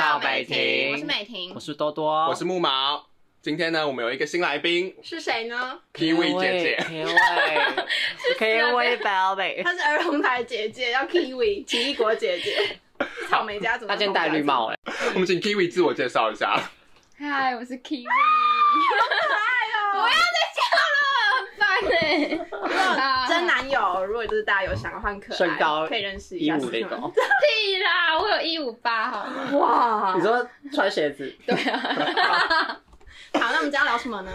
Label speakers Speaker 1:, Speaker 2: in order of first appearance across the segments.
Speaker 1: 婷
Speaker 2: 我是美婷
Speaker 3: 我，是多多，
Speaker 1: 我是木毛。今天呢，我们有一个新来宾
Speaker 2: 是谁呢？
Speaker 1: ，Kiwi 姐姐。
Speaker 3: ，K Y K Y Baby，
Speaker 2: 她是儿童台姐姐，叫 Kiwi 奇异果姐姐，草莓家族。
Speaker 3: 他今天戴绿。帽哎，
Speaker 1: 我们请 Kiwi 自我介绍一下。
Speaker 4: 嗨，我是 Kiwi，不
Speaker 2: 哦
Speaker 4: 要再笑了，很烦哎、
Speaker 2: 真男友，如果就是大家有想要换可爱，
Speaker 3: 身高
Speaker 2: 可以认识一
Speaker 3: 一
Speaker 2: 下。
Speaker 3: 五零哦。
Speaker 4: 屁啦，我有一五八好吗？
Speaker 2: 哇，
Speaker 3: 你说穿鞋子，
Speaker 4: 对啊，
Speaker 2: 好，那我们今天要聊什么呢？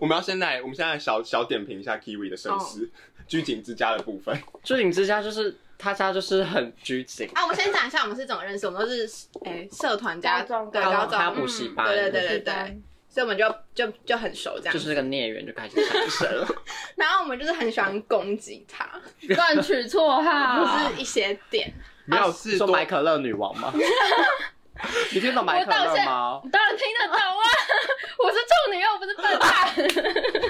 Speaker 1: 我们要先来，我们现在小小点评一下 Kiwi 的身世，拘谨之家的部分。
Speaker 3: 拘谨之家就是他家就是很拘谨，
Speaker 2: 啊，我们先讲一下我们是怎么认识，我们都是诶、社团加
Speaker 4: 高中
Speaker 2: 对
Speaker 3: 高
Speaker 2: 哎高
Speaker 3: 中还有
Speaker 2: 中，嗯
Speaker 3: 补习班，
Speaker 2: 对对对对，所以我们就就就很熟这样。
Speaker 3: 就是那个孽缘就开始产生了。
Speaker 2: 然后我们就是很喜欢攻击他，
Speaker 4: 乱取绰号，
Speaker 2: 就是一些点。
Speaker 1: 没有事
Speaker 3: 说
Speaker 1: 多
Speaker 3: 买可乐女王吗？ 你听懂买
Speaker 4: 我
Speaker 3: 可
Speaker 4: 道
Speaker 3: 乐
Speaker 4: 歉
Speaker 3: 吗？
Speaker 4: 当然听得懂啊， 我是处女又不是笨蛋，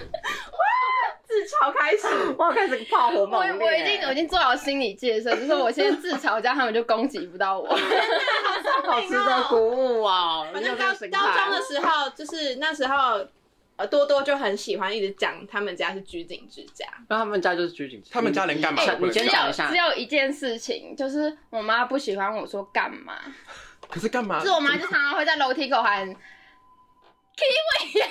Speaker 2: 自嘲开始，
Speaker 3: 我要开始炮火
Speaker 4: 我
Speaker 3: 猛烈，
Speaker 4: 我已经我已经做好心理建设，就是我先自嘲，这样他们就攻击不到我。
Speaker 3: 好值得鼓舞哦。
Speaker 2: 反
Speaker 3: 你有
Speaker 2: 正
Speaker 3: 这
Speaker 2: 高
Speaker 3: 个心态
Speaker 2: 高中的时候，就是那时候，呃，多多就很喜欢一直讲他们家是拘谨之家，
Speaker 3: 然后他们家就是拘谨，
Speaker 1: 他们家连干嘛
Speaker 3: 你
Speaker 1: 都
Speaker 3: 你
Speaker 1: 不能
Speaker 3: 先
Speaker 4: 只
Speaker 1: 干
Speaker 3: 讲一
Speaker 4: 有
Speaker 3: 下
Speaker 4: 只，有一件事情，就是我妈不喜欢我说干嘛，
Speaker 1: 可是干嘛？
Speaker 4: 就是我妈就常常会在楼梯口喊 “kiwi 呀、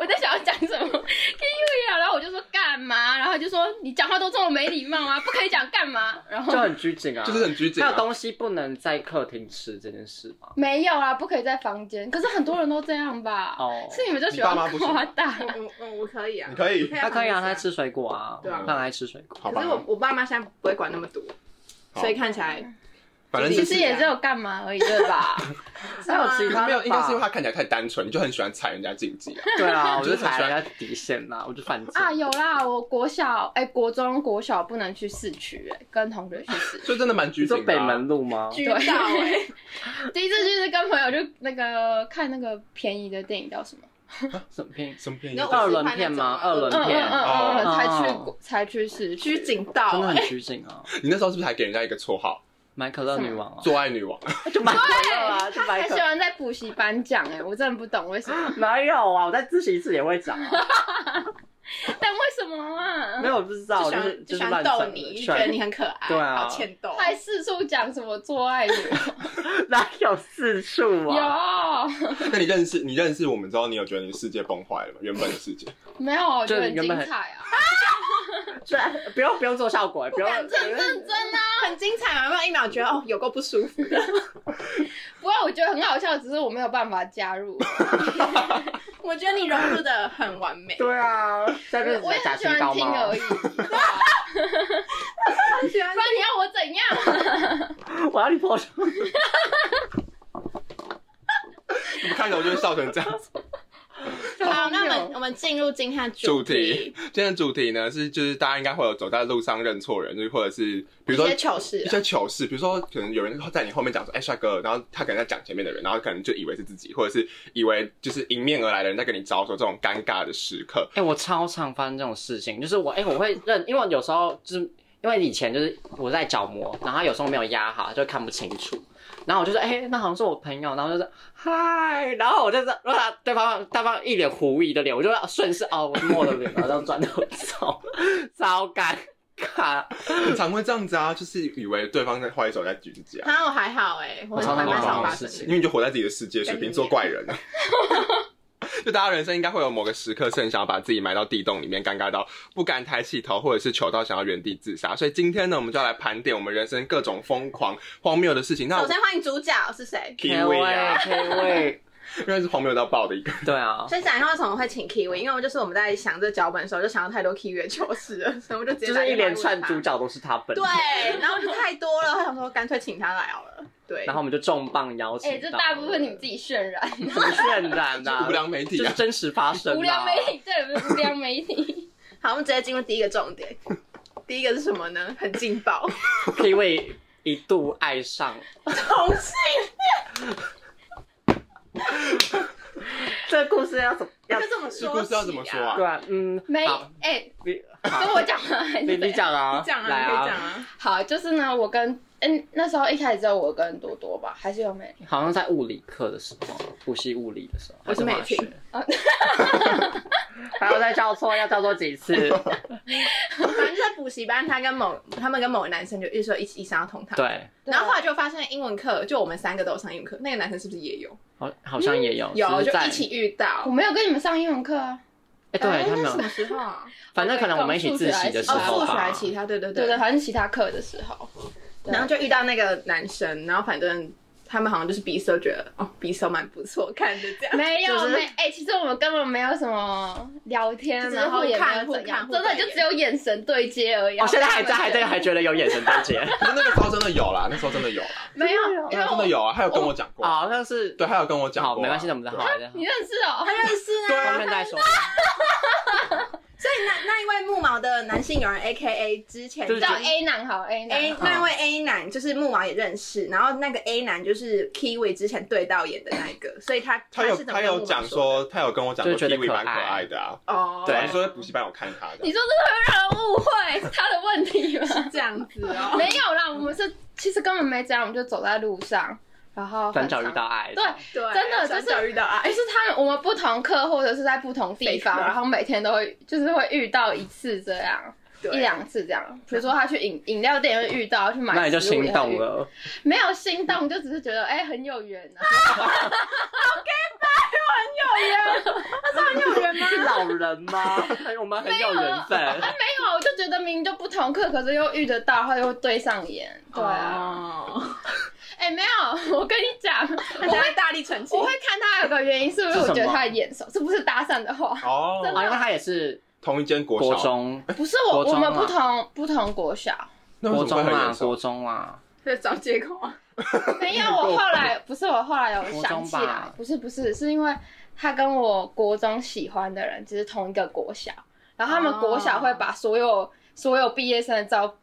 Speaker 4: 我在想要讲什么 “kiwi 啊呀、然后我就说干嘛，然后她就说你讲话都这么没礼貌啊，不可以讲干嘛，然后
Speaker 3: 就很拘谨啊，
Speaker 1: 就是很拘谨
Speaker 3: 还
Speaker 1: 啊
Speaker 3: 有。东西不能在客厅吃这件事吗？
Speaker 4: 没有啊，不可以在房间，可是很多人都这样吧？
Speaker 3: 哦
Speaker 4: 是你们就喜
Speaker 1: 你爸
Speaker 4: 欢
Speaker 1: 妈不行
Speaker 4: 夸大，
Speaker 2: 我我嗯我我可以啊
Speaker 1: 你，可以
Speaker 2: 我，
Speaker 3: 他可以
Speaker 2: 在
Speaker 3: 啊，他在
Speaker 2: 旁边吃
Speaker 3: 吃水果啊，
Speaker 2: 对啊
Speaker 3: 他很爱吃水果。
Speaker 1: 好
Speaker 2: 可
Speaker 1: 吧
Speaker 2: 是。我我爸妈现在不会管那么多，
Speaker 1: 好
Speaker 2: 所以看起来
Speaker 1: 反正就
Speaker 4: 其
Speaker 1: 是
Speaker 4: 实也只有干嘛而已，对吧？
Speaker 3: 还有其他
Speaker 1: 没有，应该是因为
Speaker 3: 吧
Speaker 1: 他看起来太单纯，你就很喜欢踩人家禁忌啊。
Speaker 3: 对 啊，我
Speaker 1: 就是
Speaker 3: 就
Speaker 1: 很
Speaker 3: 踩
Speaker 1: 喜欢
Speaker 3: 了人家底线啦，我就犯贱。
Speaker 4: 啊，有啦，我国小哎、国中国小不能去市区、哎，跟同学去市区。
Speaker 1: 所以真的蛮拘
Speaker 3: 你说
Speaker 1: 谨的
Speaker 3: 北
Speaker 1: 啊。
Speaker 3: 门路吗？
Speaker 2: 知道哎，
Speaker 4: 第一次就是跟朋友就那个看那个便宜的电影叫什么？
Speaker 3: 什么片？
Speaker 1: 什么便宜
Speaker 2: 你？知道
Speaker 3: 二轮片吗？
Speaker 2: 二
Speaker 3: 二
Speaker 2: 轮
Speaker 3: 轮
Speaker 4: 嗯嗯
Speaker 3: 片，
Speaker 4: 嗯嗯，
Speaker 3: 哦
Speaker 4: 才去过才去市区
Speaker 2: 拘，谨到
Speaker 3: 真的很
Speaker 2: 哎，
Speaker 3: 拘谨啊。
Speaker 1: 你那时候是不是还给人家一个绰号
Speaker 3: 买可乐女王
Speaker 1: “
Speaker 3: 啊，
Speaker 1: 做爱女王
Speaker 3: 就买可乐啊，就
Speaker 4: 很
Speaker 3: 买可
Speaker 4: 喜欢在补习班讲哎、我真的不懂为 什么，
Speaker 3: 没有啊，我在自习室也会讲啊，
Speaker 4: 但为什么啊
Speaker 3: 没？有我不知道，
Speaker 2: 就
Speaker 3: 我
Speaker 2: 喜欢就是
Speaker 3: 就是就
Speaker 2: 喜欢
Speaker 3: 乱
Speaker 2: 逗
Speaker 3: 讲的，
Speaker 2: 你，
Speaker 3: 喜
Speaker 2: 觉
Speaker 3: 欢
Speaker 2: 得你很可爱，
Speaker 3: 对啊
Speaker 2: 好欠逗。
Speaker 4: 还四处讲什么做爱女
Speaker 3: 哪有四处啊？
Speaker 4: 王？”？
Speaker 1: 那你认识你认识我们之后，你有觉得你世界崩坏了吗？原本的世界？
Speaker 4: 有没有？我觉得很
Speaker 3: 就原
Speaker 4: 精
Speaker 3: 本很
Speaker 4: 彩啊！
Speaker 3: 虽然啊不用不用做效果，不用
Speaker 2: 敢
Speaker 4: 很认真啊！
Speaker 2: 很精彩嘛，有没有一秒觉得哦有够不舒服 的？
Speaker 4: 不过我觉得很好笑，只是我没有办法 加入。
Speaker 2: 我觉得你融入的很完美，
Speaker 3: 对啊，在这
Speaker 4: 我也
Speaker 3: 假
Speaker 4: 是喜
Speaker 3: 清高
Speaker 4: 欢听
Speaker 3: 吗
Speaker 4: 而？已，不
Speaker 2: 喜欢
Speaker 4: 然你要我怎样？
Speaker 3: 我要你破什么？
Speaker 1: 你们看着我就会笑成这样子。
Speaker 2: 好，那我们我们进入今天的
Speaker 1: 主
Speaker 2: 题
Speaker 1: 题，今天的主题呢是就是大家应该会有走在路上认错人，就是或者是比
Speaker 2: 一
Speaker 1: 如说
Speaker 2: 些糗事啊
Speaker 1: 一。些糗事，比如说可能有人在你后面讲说，哎、帅哥，然后他可能在讲前面的人，然后可能就以为是自己，或者是以为就是迎面而来的人在跟你招手，这种尴尬的时 刻，
Speaker 3: 哎、我超常发生这种事情，就是我哎、我会认，因为有时候就是因为以前就是我在角膜，然后他有时候没有压好，就看不清楚。然后我就说，哎、那好像是我朋友，然后就是嗨，然后我就是如果他对方对方一脸狐疑的脸，我就要顺势哦，我摸了脸，然后这样转头走，超尴尬。
Speaker 1: 很常会这样子啊，就是以为对方在挥手在举自己啊，
Speaker 2: 啊，我还好哎，我
Speaker 3: 我超
Speaker 2: 还
Speaker 3: 常
Speaker 2: 蛮
Speaker 3: 发
Speaker 2: 少
Speaker 3: 生
Speaker 2: 发
Speaker 3: 这
Speaker 2: 生
Speaker 3: 种
Speaker 2: 的。
Speaker 3: 事情
Speaker 1: 因。为你就活在自己的世界，水瓶座怪人啊。 就大家人生应该会有某个时刻是很想要把自己埋到地洞里面，尴尬到不敢抬起头，或者是糗到想要原地自杀。所以今天呢，我们就要来盘点我们人生各种疯狂、荒谬的事情。那
Speaker 2: 首
Speaker 1: 我
Speaker 2: 先欢迎主角是谁？
Speaker 1: Kiwi 啊，
Speaker 3: K 位，
Speaker 1: 因为是荒谬到爆的一个。
Speaker 3: 对 啊，
Speaker 2: 先讲一下为什么会请 Kiwi，因为我们就是我们在想这脚本的时候就想到太多 Kiwi 的糗事了，所以我们就直接
Speaker 3: 就
Speaker 2: 打
Speaker 3: 是一
Speaker 2: 电话
Speaker 3: 连串
Speaker 2: 问他
Speaker 3: 主。角都是他本
Speaker 2: 对，
Speaker 3: 人，
Speaker 2: 然后就太多了，他想说干脆请他来好了。对，
Speaker 3: 然后我们就重磅邀请
Speaker 4: 哎、
Speaker 3: 到。
Speaker 4: 这大部分你们自己渲染，啊
Speaker 3: 怎么渲染的、啊？
Speaker 1: 无良媒体啊
Speaker 3: 就是真实发生、啊。
Speaker 4: 无良媒体，这里不是无良媒体，
Speaker 2: 好，我们直接进入第一个重点。第一个是什么呢？很劲爆，
Speaker 3: K 位一度爱上
Speaker 2: 同性
Speaker 3: 这故事要怎么要
Speaker 2: 就这么
Speaker 1: 这
Speaker 2: 说、
Speaker 1: 故事要怎么说？啊
Speaker 3: 对？啊？嗯，
Speaker 4: 没
Speaker 3: 好
Speaker 4: 哎，
Speaker 3: 你
Speaker 4: 跟
Speaker 3: 好
Speaker 4: 我讲啊，还是
Speaker 3: 你
Speaker 4: 怎
Speaker 3: 你
Speaker 4: 样
Speaker 3: 讲啊，
Speaker 2: 讲
Speaker 3: 来
Speaker 2: 啊，你可以讲
Speaker 3: 啊，
Speaker 2: 啊。
Speaker 4: 好，就是呢，我跟嗯那时候一开始只有我跟多多吧，还是有美
Speaker 3: 好像在物理课的时候，补习物理的时候，
Speaker 2: 我是
Speaker 3: 还
Speaker 2: 美
Speaker 3: 化学
Speaker 2: 群，
Speaker 3: 还有再叫错，要叫错几次？
Speaker 2: 反正就在补习班，他跟某他们跟某个男生就一直说一起一想要同堂，
Speaker 3: 对，
Speaker 2: 然后后来就发现英文课就我们三个都有上英文课，那个男生是不是也有？
Speaker 3: 好好像也有，哦只
Speaker 2: 嗯有
Speaker 3: 是
Speaker 2: 就
Speaker 3: 在
Speaker 2: 一起遇到
Speaker 4: 我。没有跟你们上英文课啊，
Speaker 3: 哎，对他
Speaker 2: 哎
Speaker 3: 们
Speaker 2: 那什
Speaker 3: 有
Speaker 2: 么，时候啊？
Speaker 3: 反正可能我们一起自习的时
Speaker 2: 哦，
Speaker 3: 候
Speaker 2: 数学
Speaker 3: 吧
Speaker 2: 还。其他，对对
Speaker 4: 对
Speaker 2: 对
Speaker 4: 对，。反正其他课的时 候，对
Speaker 2: 然后就遇到那个男生，然后反正他们好像就是彼此都觉得哦，彼此都蛮不错看的这样。
Speaker 4: 没有
Speaker 2: 就是
Speaker 4: 没哎，其实我们根本没有什么聊天，
Speaker 2: 只是
Speaker 4: 然后也没有
Speaker 2: 互看
Speaker 4: 怎样，
Speaker 2: 互看
Speaker 4: 真的
Speaker 2: 互对
Speaker 4: 就
Speaker 2: 眼
Speaker 4: 只有眼神对接而已。
Speaker 3: 哦，现在还
Speaker 4: 然
Speaker 3: 在，
Speaker 4: 后他
Speaker 3: 还
Speaker 4: 们
Speaker 3: 在，还觉得有眼神对接。
Speaker 1: 可是那个时候真的有啦，那时候真的有啦，
Speaker 4: 没有，因为
Speaker 1: 那真的
Speaker 4: 我
Speaker 1: 有啊，他有跟我讲过，
Speaker 3: 好像是
Speaker 1: 对，他有跟我讲
Speaker 3: 哦好，
Speaker 1: 过啊，
Speaker 3: 没关系，那我们再好
Speaker 1: 对
Speaker 3: 好再好
Speaker 4: 你认识哦，
Speaker 2: 他认识
Speaker 1: 对
Speaker 2: 啊，
Speaker 3: 后
Speaker 1: 啊
Speaker 3: 面，再说。
Speaker 2: 所以那那一位木毛的男性友人 A K A 之前
Speaker 3: 就是
Speaker 4: 叫
Speaker 3: 就
Speaker 4: A 男好 A 男
Speaker 2: A
Speaker 4: 好，
Speaker 2: 那位 A 男就是木毛也认识，然后那个 A 男就是 Kiwi 之前对到眼的那一个，所以他
Speaker 1: 他有
Speaker 2: 是怎么
Speaker 1: 他
Speaker 2: 跟木
Speaker 1: 有
Speaker 2: 毛
Speaker 1: 讲
Speaker 2: 说
Speaker 1: 说，他有跟我讲说
Speaker 3: 就觉得
Speaker 1: Kiwi 蛮
Speaker 3: 可
Speaker 1: 可
Speaker 3: 爱
Speaker 1: 爱的啊，
Speaker 2: 哦，
Speaker 3: 对
Speaker 1: 我说在补习班有看他的，
Speaker 4: 你说这个会让人误会是他的问 题吗？
Speaker 2: 这样子哦，
Speaker 4: 没有啦，我们是其实根本没怎样，我们就走在路上，然后很
Speaker 3: 转角遇
Speaker 4: 常
Speaker 3: 到爱，
Speaker 4: 对，
Speaker 2: 对，
Speaker 4: 真的
Speaker 2: 转
Speaker 4: 就是
Speaker 2: 角遇到
Speaker 4: 哎，
Speaker 2: 爱，
Speaker 4: 是他们我们不同课或者是在不同地方，
Speaker 2: 对
Speaker 4: 然后每天都会就是会遇到一次这样。
Speaker 2: 对
Speaker 4: 一两次这样，比如说他去饮饮料店会遇到，去买
Speaker 3: 那你就
Speaker 4: 食物
Speaker 3: 心
Speaker 4: 也会
Speaker 3: 动
Speaker 4: 遇，
Speaker 3: 了。
Speaker 4: 没有心动，就只是觉得哎、很有缘啊，
Speaker 2: 有人吗？
Speaker 3: 是老人吗？哎 我们很有缘分。
Speaker 4: 啊没有，我就觉得明明就不同课，可是又遇得到，然后又对上眼，对啊，
Speaker 2: 哦，
Speaker 4: 哎、没有，我跟你讲，
Speaker 2: 我会大力澄清
Speaker 4: 我，会看他有个原因，是因为
Speaker 3: 是
Speaker 4: 我
Speaker 3: 什么
Speaker 4: 觉得他的眼熟，这不是搭讪的话， 真
Speaker 1: 哦，
Speaker 4: 的
Speaker 3: 啊，因为他也是
Speaker 1: 同一间国
Speaker 3: 国
Speaker 1: 小，
Speaker 3: 中，
Speaker 4: 不是我，
Speaker 3: 国中
Speaker 4: 我
Speaker 3: 啊
Speaker 4: 们不同不同国小，
Speaker 1: 那为
Speaker 3: 国
Speaker 1: 什么
Speaker 3: 中
Speaker 1: 会很
Speaker 3: 啊
Speaker 1: 眼，熟
Speaker 3: 国中啊，
Speaker 2: 会找借口啊，
Speaker 4: 没有，我后来不是我后来有
Speaker 3: 国
Speaker 4: 想
Speaker 3: 中
Speaker 4: 起
Speaker 3: 吧
Speaker 4: 来，不是不是，是因为他跟我国中喜欢的人就是同一个国小，然后他们国小会把所有所有毕业生的照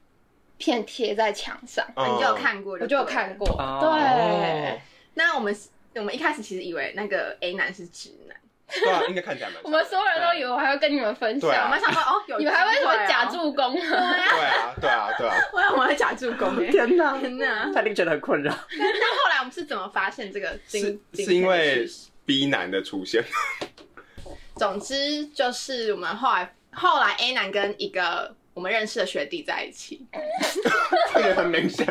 Speaker 4: 片贴在墙上，
Speaker 2: 那
Speaker 1: 嗯
Speaker 2: 你就有看过，
Speaker 4: 我就有看。过，
Speaker 3: 哦
Speaker 4: 对。
Speaker 2: 那我们我们一开始其实以为那个 A 男是直男，
Speaker 1: 对啊，应该看起来蛮像的，
Speaker 4: 我们所有人都以为我还会跟你们分
Speaker 1: 对啊
Speaker 2: 我们，
Speaker 4: 享
Speaker 2: 想说哦，有
Speaker 4: 你们还会
Speaker 2: 机
Speaker 4: 什
Speaker 2: 会
Speaker 4: 么
Speaker 2: 哦
Speaker 4: 假，助攻啊？
Speaker 1: 对啊，对啊，对啊，
Speaker 2: 我想我们会假助攻欸，
Speaker 3: 天哪，
Speaker 2: 天哪！
Speaker 3: 他一定觉得很困扰。
Speaker 2: 那后来我们是怎么发现这个今？
Speaker 1: 是
Speaker 2: 今天
Speaker 1: 是因
Speaker 2: 的
Speaker 1: 为
Speaker 2: 趋势
Speaker 1: B 男的出 现，
Speaker 2: 总之就是我们后来后来 A 男跟一个我们认识的学弟在一起，
Speaker 1: 这个很明显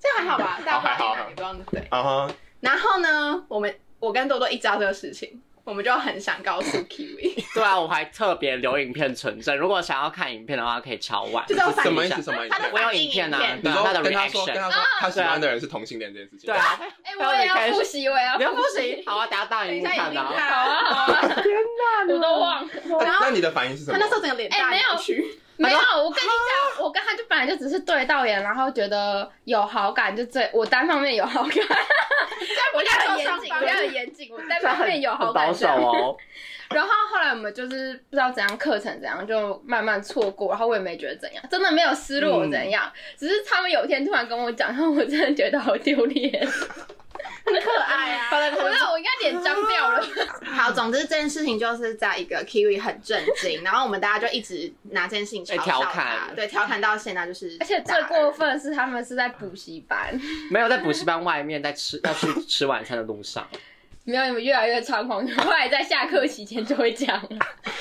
Speaker 2: 这样还好吧？大家
Speaker 1: 还
Speaker 2: 不知
Speaker 1: 嗯
Speaker 2: 道
Speaker 1: 好
Speaker 2: A
Speaker 1: 还好
Speaker 2: 男也不知道对。
Speaker 1: 啊哈。
Speaker 2: 然后呢，我们我跟多多一知道这个事情，我们就很想告诉 Kiwi，
Speaker 3: 对啊，我还特别留影片存证，如果想要看影片的话，可以敲碗。
Speaker 2: 就是我反
Speaker 1: 什
Speaker 2: 应
Speaker 1: 么意
Speaker 2: 一下
Speaker 1: 思？什么意思
Speaker 2: 他？的
Speaker 3: 我有
Speaker 2: 反应
Speaker 3: 影片啊
Speaker 2: 影片
Speaker 1: 你
Speaker 3: 对
Speaker 1: 说
Speaker 3: 他的
Speaker 1: 跟他说，
Speaker 3: reaction
Speaker 1: 跟他说他喜欢的人是同性恋这件事情。
Speaker 3: 对，啊，
Speaker 4: 哎，我也要复习，我也要
Speaker 3: 你要不
Speaker 4: 复
Speaker 3: 行，
Speaker 4: 习，
Speaker 3: 好啊，等下大荧幕看到。
Speaker 4: 好啊，好啊，
Speaker 3: 天哪，
Speaker 4: 我都忘了。
Speaker 2: 然
Speaker 1: 那
Speaker 2: 后
Speaker 1: 那你的反应是什
Speaker 2: 啊他
Speaker 1: 么
Speaker 2: 那？时候整个脸大
Speaker 4: 哎没有
Speaker 2: 扭曲，
Speaker 4: 没有，我跟你讲，我跟他就本来就只是对到眼，然后觉得有好感，就这我单方面有好感，我要很严谨，我要很严谨，我单方面有好
Speaker 3: 很
Speaker 4: 感
Speaker 3: 保
Speaker 4: 这
Speaker 3: 守
Speaker 4: 样。
Speaker 3: 哦。
Speaker 4: 然后后来我们就是不知道怎样课程怎样，就慢慢错过，然后我也没觉得怎样，真的没有失落我
Speaker 3: 嗯
Speaker 4: 怎样，只是他们有一天突然跟我讲，然后我真的觉得好丢 脸，
Speaker 2: 很可爱啊。
Speaker 4: 我觉得我应该脸脏掉了。
Speaker 2: 好，总之这件事情就是在一个 Kiwi 很震惊，然后我们大家就一直拿这件事情嘲
Speaker 3: 哎
Speaker 2: 笑
Speaker 3: 调
Speaker 2: 他，
Speaker 3: 侃
Speaker 2: 对，调侃到现在就是，
Speaker 4: 而且最过，分的是，他们是在补习班，
Speaker 3: 没有在补习班外面，在吃 要去吃晚餐的路上，
Speaker 4: 没有你们越来越猖狂，后来在下课期间就会讲。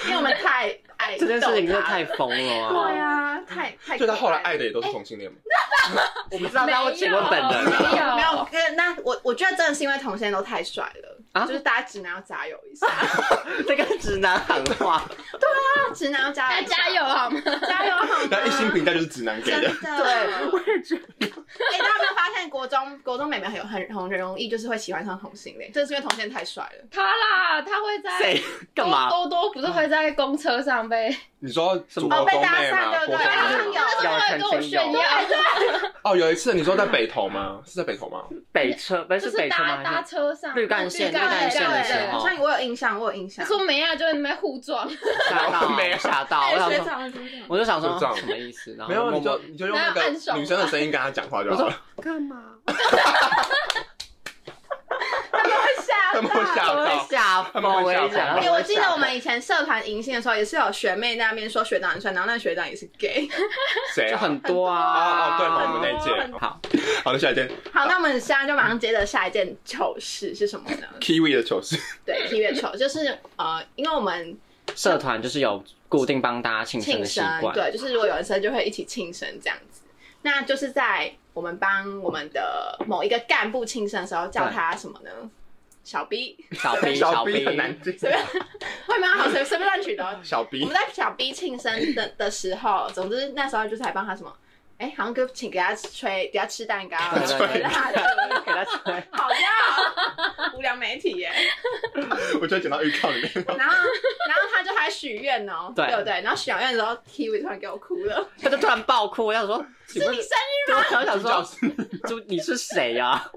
Speaker 2: 因为我们太爱
Speaker 3: 这件事情真
Speaker 2: 逗
Speaker 3: 的
Speaker 2: 他
Speaker 3: 太疯了啊！
Speaker 2: 对啊，太太
Speaker 1: 就他后来爱
Speaker 2: 的。
Speaker 1: 的也都是同性恋吗？
Speaker 3: 我不知道，但我请问本人啊
Speaker 4: 没有
Speaker 2: 没有，呃那我我觉得真的是因为同性恋都太帅了，
Speaker 3: 啊
Speaker 2: 就是大家直男要加油一下，
Speaker 3: 这个直男喊话，
Speaker 2: 直男要加
Speaker 4: 大
Speaker 2: 油，
Speaker 4: 家加油，好吗？
Speaker 2: 加油好吗？
Speaker 1: 那一星评价就是直男给
Speaker 2: 真
Speaker 1: 的
Speaker 2: 的，， 对，我也觉得。 哎，大家有没有发现国中国中妹妹很有很很容易就是会喜欢上同性恋，这是因为同性恋太帅了。
Speaker 4: 他啦，他会在
Speaker 3: 谁干嘛？
Speaker 4: 多多多不是会在公车上被
Speaker 1: 你说主
Speaker 3: 哦
Speaker 1: 播
Speaker 2: 被
Speaker 1: 公
Speaker 2: 搭讪
Speaker 1: 妹吗？
Speaker 2: 对不
Speaker 1: 国
Speaker 2: 对
Speaker 1: 中
Speaker 2: 好像
Speaker 1: 妹
Speaker 2: 有
Speaker 4: 啊他都会跟我炫耀，
Speaker 1: 哦，有一次你说在北投吗？是在北投吗？
Speaker 3: 北车，不
Speaker 4: 就是是
Speaker 3: 北车
Speaker 4: 搭
Speaker 3: 吗？
Speaker 4: 搭
Speaker 3: 还是
Speaker 4: 车上
Speaker 3: 绿干线
Speaker 4: 绿
Speaker 3: 干线的时
Speaker 4: 对
Speaker 3: 候
Speaker 2: 好像我有印象，我有印象。
Speaker 4: 说没啊，就在那边互撞，
Speaker 3: 吓
Speaker 1: 没有
Speaker 3: 到吓到，我
Speaker 2: 哎
Speaker 3: 想
Speaker 2: 学
Speaker 3: 说，
Speaker 2: 长是不是这样
Speaker 3: 我就想
Speaker 1: 就这
Speaker 3: 说哦
Speaker 1: 样
Speaker 3: 什么意思？然后
Speaker 1: 没有，
Speaker 3: 默
Speaker 1: 你
Speaker 3: 默
Speaker 1: 就你就用那
Speaker 4: 那
Speaker 1: 个
Speaker 4: 暗爽
Speaker 1: 女生的声音跟他啊讲话就好
Speaker 3: 我
Speaker 1: 了。
Speaker 3: 干嘛？
Speaker 2: 他们会吓
Speaker 1: 默吓
Speaker 3: 他们
Speaker 1: 到
Speaker 3: 会。吓
Speaker 1: 他们
Speaker 3: 疯，我
Speaker 1: 会
Speaker 3: 跟
Speaker 1: 吓
Speaker 3: 你
Speaker 1: 疯
Speaker 3: 讲，
Speaker 2: 哎、我记得我们以前社团迎新的时候，也是有学妹在那边说学长很帅，然后那个学长也是 gay。
Speaker 1: 谁
Speaker 3: 就
Speaker 1: 啊？
Speaker 3: 很多
Speaker 1: 哦
Speaker 3: 啊，
Speaker 1: 哦，对，我们那一
Speaker 2: 很
Speaker 1: 届。
Speaker 3: 好，
Speaker 1: 好的，下一件
Speaker 2: 好，那我们现在就马上接着下一件糗事是什么呢？
Speaker 1: Kiwi 的糗事，
Speaker 2: 对，七月糗就是呃，因为我们
Speaker 3: 社团就是有固定帮大家庆生
Speaker 2: 庆
Speaker 3: 的习
Speaker 2: 生，
Speaker 3: 惯，
Speaker 2: 对，就是如果有人生就会一起庆生这样子。那就是在我们帮我们的某一个干部庆生的时候，叫他什么呢？小 B，
Speaker 3: 小 B
Speaker 1: 小
Speaker 3: 小
Speaker 1: B
Speaker 3: B
Speaker 1: 很难记。
Speaker 2: 会吗？好，随随便乱取的哦。
Speaker 1: 小
Speaker 2: 我
Speaker 1: B
Speaker 2: 们在小 B 庆生的的时候，总之那时候就是还帮他什么，哎、好像给请给他吹，给他吃蛋糕，然后给他
Speaker 3: 给他吹，
Speaker 2: 好呀，无聊媒体耶。
Speaker 1: 我就剪到预告里面了。
Speaker 2: 然后然后他就还许愿哦，
Speaker 3: 对
Speaker 2: 对不对？然后许完愿之后，Kiwi 突然给我哭了，
Speaker 3: 他就突然爆哭，我想说，是
Speaker 2: 是你生日吗？
Speaker 3: 我想
Speaker 1: 主角
Speaker 3: 说，
Speaker 1: 是你
Speaker 3: 就你是谁啊呀？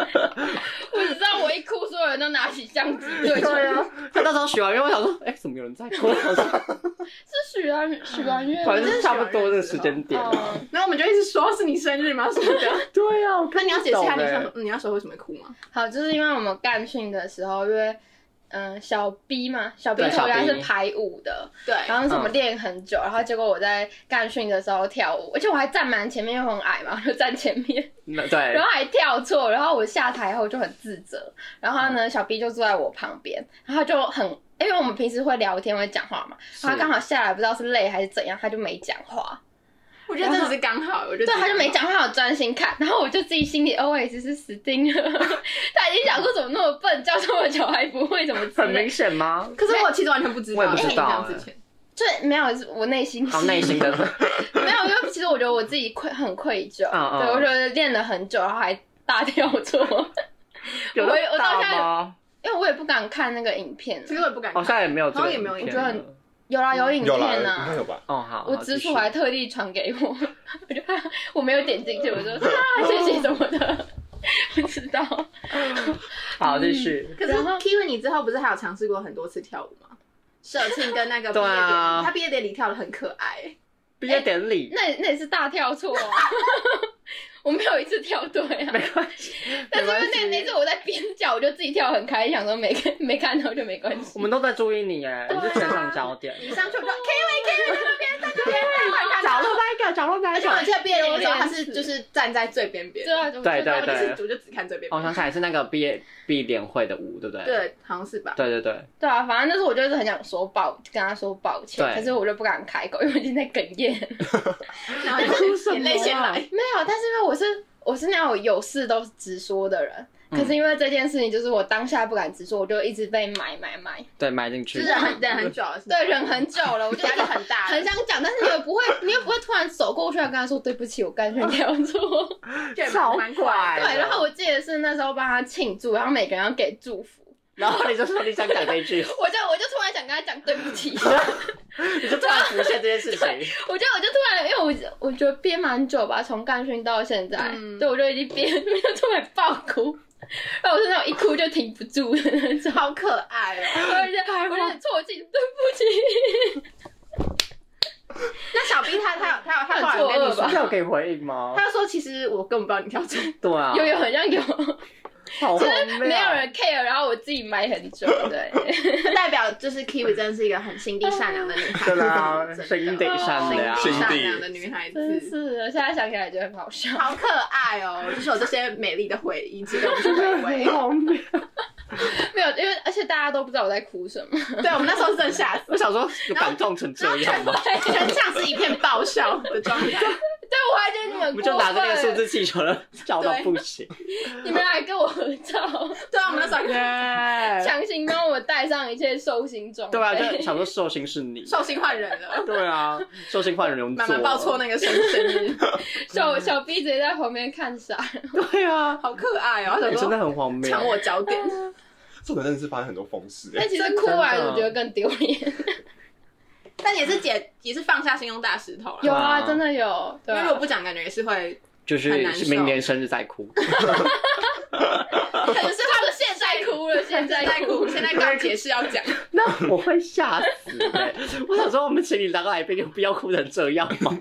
Speaker 4: 我只知道我一哭，所有人都拿起相机对着
Speaker 3: 对
Speaker 4: 我。
Speaker 3: 啊，他那时候许完愿，我想说，哎，怎么有人在哭？我说
Speaker 4: 是许安许安月吗，
Speaker 3: 反正就是差不多这个时间点。
Speaker 4: 哦
Speaker 2: 然后我们就一直说是你生日吗？什么的。
Speaker 3: 对啊，我
Speaker 2: 那你要解释一下
Speaker 3: 不
Speaker 2: 你
Speaker 3: 懂欸
Speaker 2: 说你那时候为什么哭吗？
Speaker 4: 好，就是因为我们干训的时候，因为嗯、呃小 B 嘛，小 B
Speaker 3: 对
Speaker 4: 头
Speaker 3: 小
Speaker 4: 来
Speaker 3: B
Speaker 4: 是排舞的，
Speaker 2: 对，
Speaker 4: 然后是我们
Speaker 3: 嗯
Speaker 4: 练很久，然后结果我在干训的时候跳舞，而且我还站蛮前面，因为我很矮嘛，我就站前面，
Speaker 3: 那
Speaker 4: 然
Speaker 3: 对
Speaker 4: 后还跳错，然后我下台后就很自责，然后
Speaker 3: 嗯
Speaker 4: 呢，小 B 就坐在我旁边，然后他就很，因为我们平时会聊天会讲话嘛，然后他刚好下来不知道是累还是怎样，他就没讲话，
Speaker 2: 我觉得这只是刚好，我觉得
Speaker 4: 对，他就没
Speaker 2: 讲。
Speaker 4: 讲，他有专心看，然后我就自己心里 always 是死 定了，他已经想说怎么那么笨，教这么久还不会怎 么之
Speaker 3: 很
Speaker 4: 类
Speaker 3: 明，显吗？
Speaker 2: 可是我其实完全不知道，
Speaker 3: 我也不知道
Speaker 2: 哎你这样之前
Speaker 4: 这没有是我内心
Speaker 3: 好内心的，
Speaker 4: 没有，因为其实我觉得我自己愧很愧疚，啊
Speaker 3: 嗯嗯
Speaker 4: 对我觉得练了很久，然后还大跳错，
Speaker 3: 有
Speaker 4: 我我到
Speaker 3: 到
Speaker 4: 现在
Speaker 3: 吗？
Speaker 4: 因为我也不敢看那个影片啊
Speaker 2: 其，实我也不敢
Speaker 3: 好
Speaker 2: 看。
Speaker 3: 像也没有这
Speaker 2: 好
Speaker 3: 个
Speaker 2: 像也
Speaker 3: 影
Speaker 2: 没
Speaker 3: 片
Speaker 2: 有
Speaker 3: 了，
Speaker 4: 我觉得很有啦，有影
Speaker 1: 有啦，
Speaker 4: 片
Speaker 1: 应该
Speaker 4: 啊。
Speaker 1: 有吧？
Speaker 3: 哦好，
Speaker 4: 我
Speaker 3: 好
Speaker 4: 直
Speaker 3: 继续
Speaker 4: 属还特地传给我， 我就我没有点进去，我就 啊谢谢什么的，不知道。
Speaker 3: 好继续，
Speaker 2: 可是
Speaker 4: 然后
Speaker 2: Kiwi，你之后不是还有尝试过很多次跳舞吗？社庆跟那个毕
Speaker 3: 对
Speaker 2: 业典礼，
Speaker 3: 啊
Speaker 2: 他毕业典礼跳的很可爱。
Speaker 3: 毕业典礼
Speaker 4: 那那也是大跳错啊！ 我没有一次跳对啊，
Speaker 3: 没关系，
Speaker 4: 但是因为
Speaker 3: 没关系
Speaker 4: 那那次我在边角，我就自己跳得很开心，想说没看没看到就没关系。
Speaker 3: 我们都在注意你哎，你是全场焦点。
Speaker 2: 你上去我就 Kiwi Kiwi 在那边，在那
Speaker 4: 啊
Speaker 2: 边，快看
Speaker 3: 角落那一个，角落那
Speaker 2: 而
Speaker 3: 一
Speaker 2: 且我记
Speaker 3: 个。
Speaker 2: 得毕业典礼的时候，他是就是站在最边边，
Speaker 4: 对啊，我
Speaker 3: 对
Speaker 4: 知道
Speaker 2: 我就是
Speaker 3: 对
Speaker 2: 我就只看最边
Speaker 3: 哦我
Speaker 2: 边。
Speaker 3: 想起来是那个毕业毕联会的舞，对不对？
Speaker 2: 对，好像是吧？
Speaker 3: 对对对
Speaker 4: 对啊，反正那时候我就是很想说抱，跟他说抱歉，
Speaker 3: 对
Speaker 4: 可是我就不敢开口，因为我已经在哽咽。
Speaker 2: 然 后
Speaker 3: 哭什
Speaker 2: 就
Speaker 3: 么啊
Speaker 2: 眼泪先来。
Speaker 4: 没有，但是因为我是我是那种有事都直说的人，可是因为这件事情，就是我当下不敢直说，我就一直被买买买，
Speaker 3: 对，埋进去
Speaker 2: 就是。啊忍很忍很久了，是吧
Speaker 4: 对，忍很久了，我就一
Speaker 2: 压
Speaker 4: 直
Speaker 2: 力很大，
Speaker 4: 很想 讲，但是你又不会， 你又不会突然走过去跟他说对不起，我刚才跳错。
Speaker 2: 对
Speaker 3: 超
Speaker 2: 蛮
Speaker 3: 快
Speaker 2: 快
Speaker 3: 哎
Speaker 2: 的。
Speaker 3: 呀
Speaker 4: 对，然后我记得是那时候帮他庆祝，然后每个人要给祝福，
Speaker 3: 然后你就说你想讲这一句，
Speaker 4: 我就我就突然想跟他讲对不起，
Speaker 3: 你就突然浮现这件事情。
Speaker 4: 我觉得我就突然，因为我我觉得憋蛮久吧，从干训到现在，
Speaker 2: 嗯
Speaker 4: 对我就已经 憋，就突然爆哭，然后我是那种一哭就停不住的那种，
Speaker 2: 好可爱哦。
Speaker 4: 而且我有点错劲，对不起，
Speaker 2: 那小 B 他他有他有他后来
Speaker 4: 很
Speaker 2: 跟
Speaker 4: 错
Speaker 2: 你
Speaker 4: 愕吧
Speaker 2: 说，
Speaker 3: 这样可以回应吗？
Speaker 2: 他说其实我根本不知道你跳这个，
Speaker 3: 对啊，
Speaker 4: 有有，很像有，
Speaker 3: 好荒谬。啊
Speaker 4: 没有人 care，然后我自己埋很久，对，
Speaker 2: 就 代表就是 Kiwi 真的是一个很心地善良的女孩子，
Speaker 3: 对 啦，
Speaker 2: 真的啊
Speaker 3: 声音得善良。
Speaker 2: 心
Speaker 1: 心
Speaker 2: 地
Speaker 1: 地
Speaker 2: 善良的女孩
Speaker 4: 真
Speaker 2: 子。
Speaker 4: 是的，现在想起来觉得很好笑。
Speaker 2: 好可爱哦！就是有这些美丽的回忆，值得我们去回味。
Speaker 3: 荒谬。
Speaker 4: 没有，因为而且大家都不知道我在哭 什么，
Speaker 2: 对我们那时候是真的吓死，
Speaker 3: 我想说，有感动成这样吗？
Speaker 2: 全场是一片爆笑的状态。
Speaker 4: 对我还觉得你们
Speaker 3: 我
Speaker 4: 很
Speaker 3: 们就
Speaker 4: 过
Speaker 3: 拿着那个数
Speaker 4: 分，
Speaker 3: 字气球了， 笑到不行。
Speaker 4: 你们还跟我合 照，
Speaker 2: 对啊，我们那时候
Speaker 3: 耶！
Speaker 4: 强行帮我戴上一切寿星装 备，
Speaker 3: 对啊，就想说寿星是 你。
Speaker 2: 寿星换人了，
Speaker 3: 对啊，寿星换人容
Speaker 2: 慢慢报错那个生生日，
Speaker 3: 嗯
Speaker 4: 小小 B 直接在旁边看傻，
Speaker 3: 对啊，
Speaker 2: 好可爱哦！他
Speaker 3: 对真
Speaker 2: 想
Speaker 3: 的
Speaker 2: 说
Speaker 3: 很荒谬。
Speaker 2: 抢我焦点，
Speaker 1: 这种真的是发生很多疯事哎
Speaker 4: 但。其实哭完我觉得更丢脸。
Speaker 2: 但也是解，也是放下心中大石头了。
Speaker 3: 对
Speaker 4: 有啊，
Speaker 3: 啊
Speaker 4: 真的有，
Speaker 2: 因
Speaker 4: 对
Speaker 2: 为
Speaker 4: 啊
Speaker 2: 如果不讲，感觉也是会，
Speaker 3: 就是
Speaker 2: 很难受
Speaker 3: 明年生日再哭，
Speaker 2: 可能是
Speaker 4: 他们现在哭了，现在
Speaker 2: 现在
Speaker 4: 哭
Speaker 2: 哭，，现在刚解释要讲，
Speaker 3: 那我会吓死欸我想说，我们请你当来宾，有必要哭成这样 吗？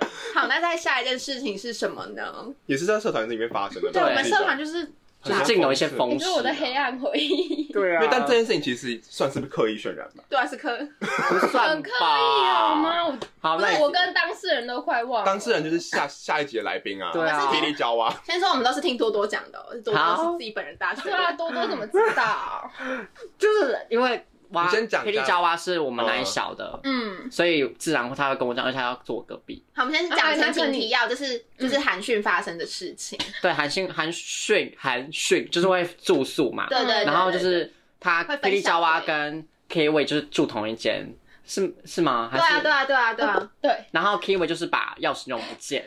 Speaker 2: 好，那再下一件事情是什么呢？
Speaker 1: 也是在社团里面发生的吧。
Speaker 2: 对，我
Speaker 1: 我
Speaker 2: 们
Speaker 1: 记得
Speaker 2: 社团就是
Speaker 3: 就是竟有一些
Speaker 4: 你
Speaker 3: 风势
Speaker 4: 说。我的黑暗回忆，
Speaker 3: 对
Speaker 1: 因
Speaker 3: 啊
Speaker 1: 为但这件事情其实算是刻意渲染吧。
Speaker 2: 对啊，是科，
Speaker 3: 不算
Speaker 4: 很刻意好
Speaker 3: 吧？
Speaker 4: 吗？我
Speaker 3: 好，
Speaker 4: 不
Speaker 3: 那
Speaker 4: 是
Speaker 3: 你
Speaker 4: 我跟当事人都快忘了，
Speaker 1: 当事人就是下下一集的来宾啊，
Speaker 3: 对啊
Speaker 1: 霹雳娇啊，
Speaker 2: 先说我们都是听多多讲的哦，多多
Speaker 3: 好
Speaker 2: 是自己本人大学
Speaker 4: 对
Speaker 2: 的，
Speaker 4: 啊，多多怎么知 道？
Speaker 3: 就是因为蛙，
Speaker 1: 你先讲一
Speaker 3: 霹
Speaker 1: 下
Speaker 3: 雳娇蛙啊是我们南小的，
Speaker 4: 嗯，
Speaker 3: 所以自然他会跟我讲，而且他要坐我隔壁。
Speaker 2: 好，我们先
Speaker 4: 啊
Speaker 2: 讲
Speaker 4: 那
Speaker 2: 前
Speaker 4: 跟
Speaker 2: 情
Speaker 4: 你
Speaker 2: 提要，就是就是韩讯发生的事情。
Speaker 3: 对，韩信韩训韩训就是会住宿嘛，
Speaker 2: 对对对，
Speaker 3: 然后就
Speaker 2: 对
Speaker 3: 是他
Speaker 2: 会分
Speaker 3: 霹雳
Speaker 2: 享
Speaker 3: 娇蛙
Speaker 2: 对
Speaker 3: 啊跟 K w 就是住同一间，是是吗？还
Speaker 2: 对啊
Speaker 3: 是
Speaker 2: 对啊对啊对啊，
Speaker 4: 对，
Speaker 3: 然后 Kiwi 就是把钥匙弄不见，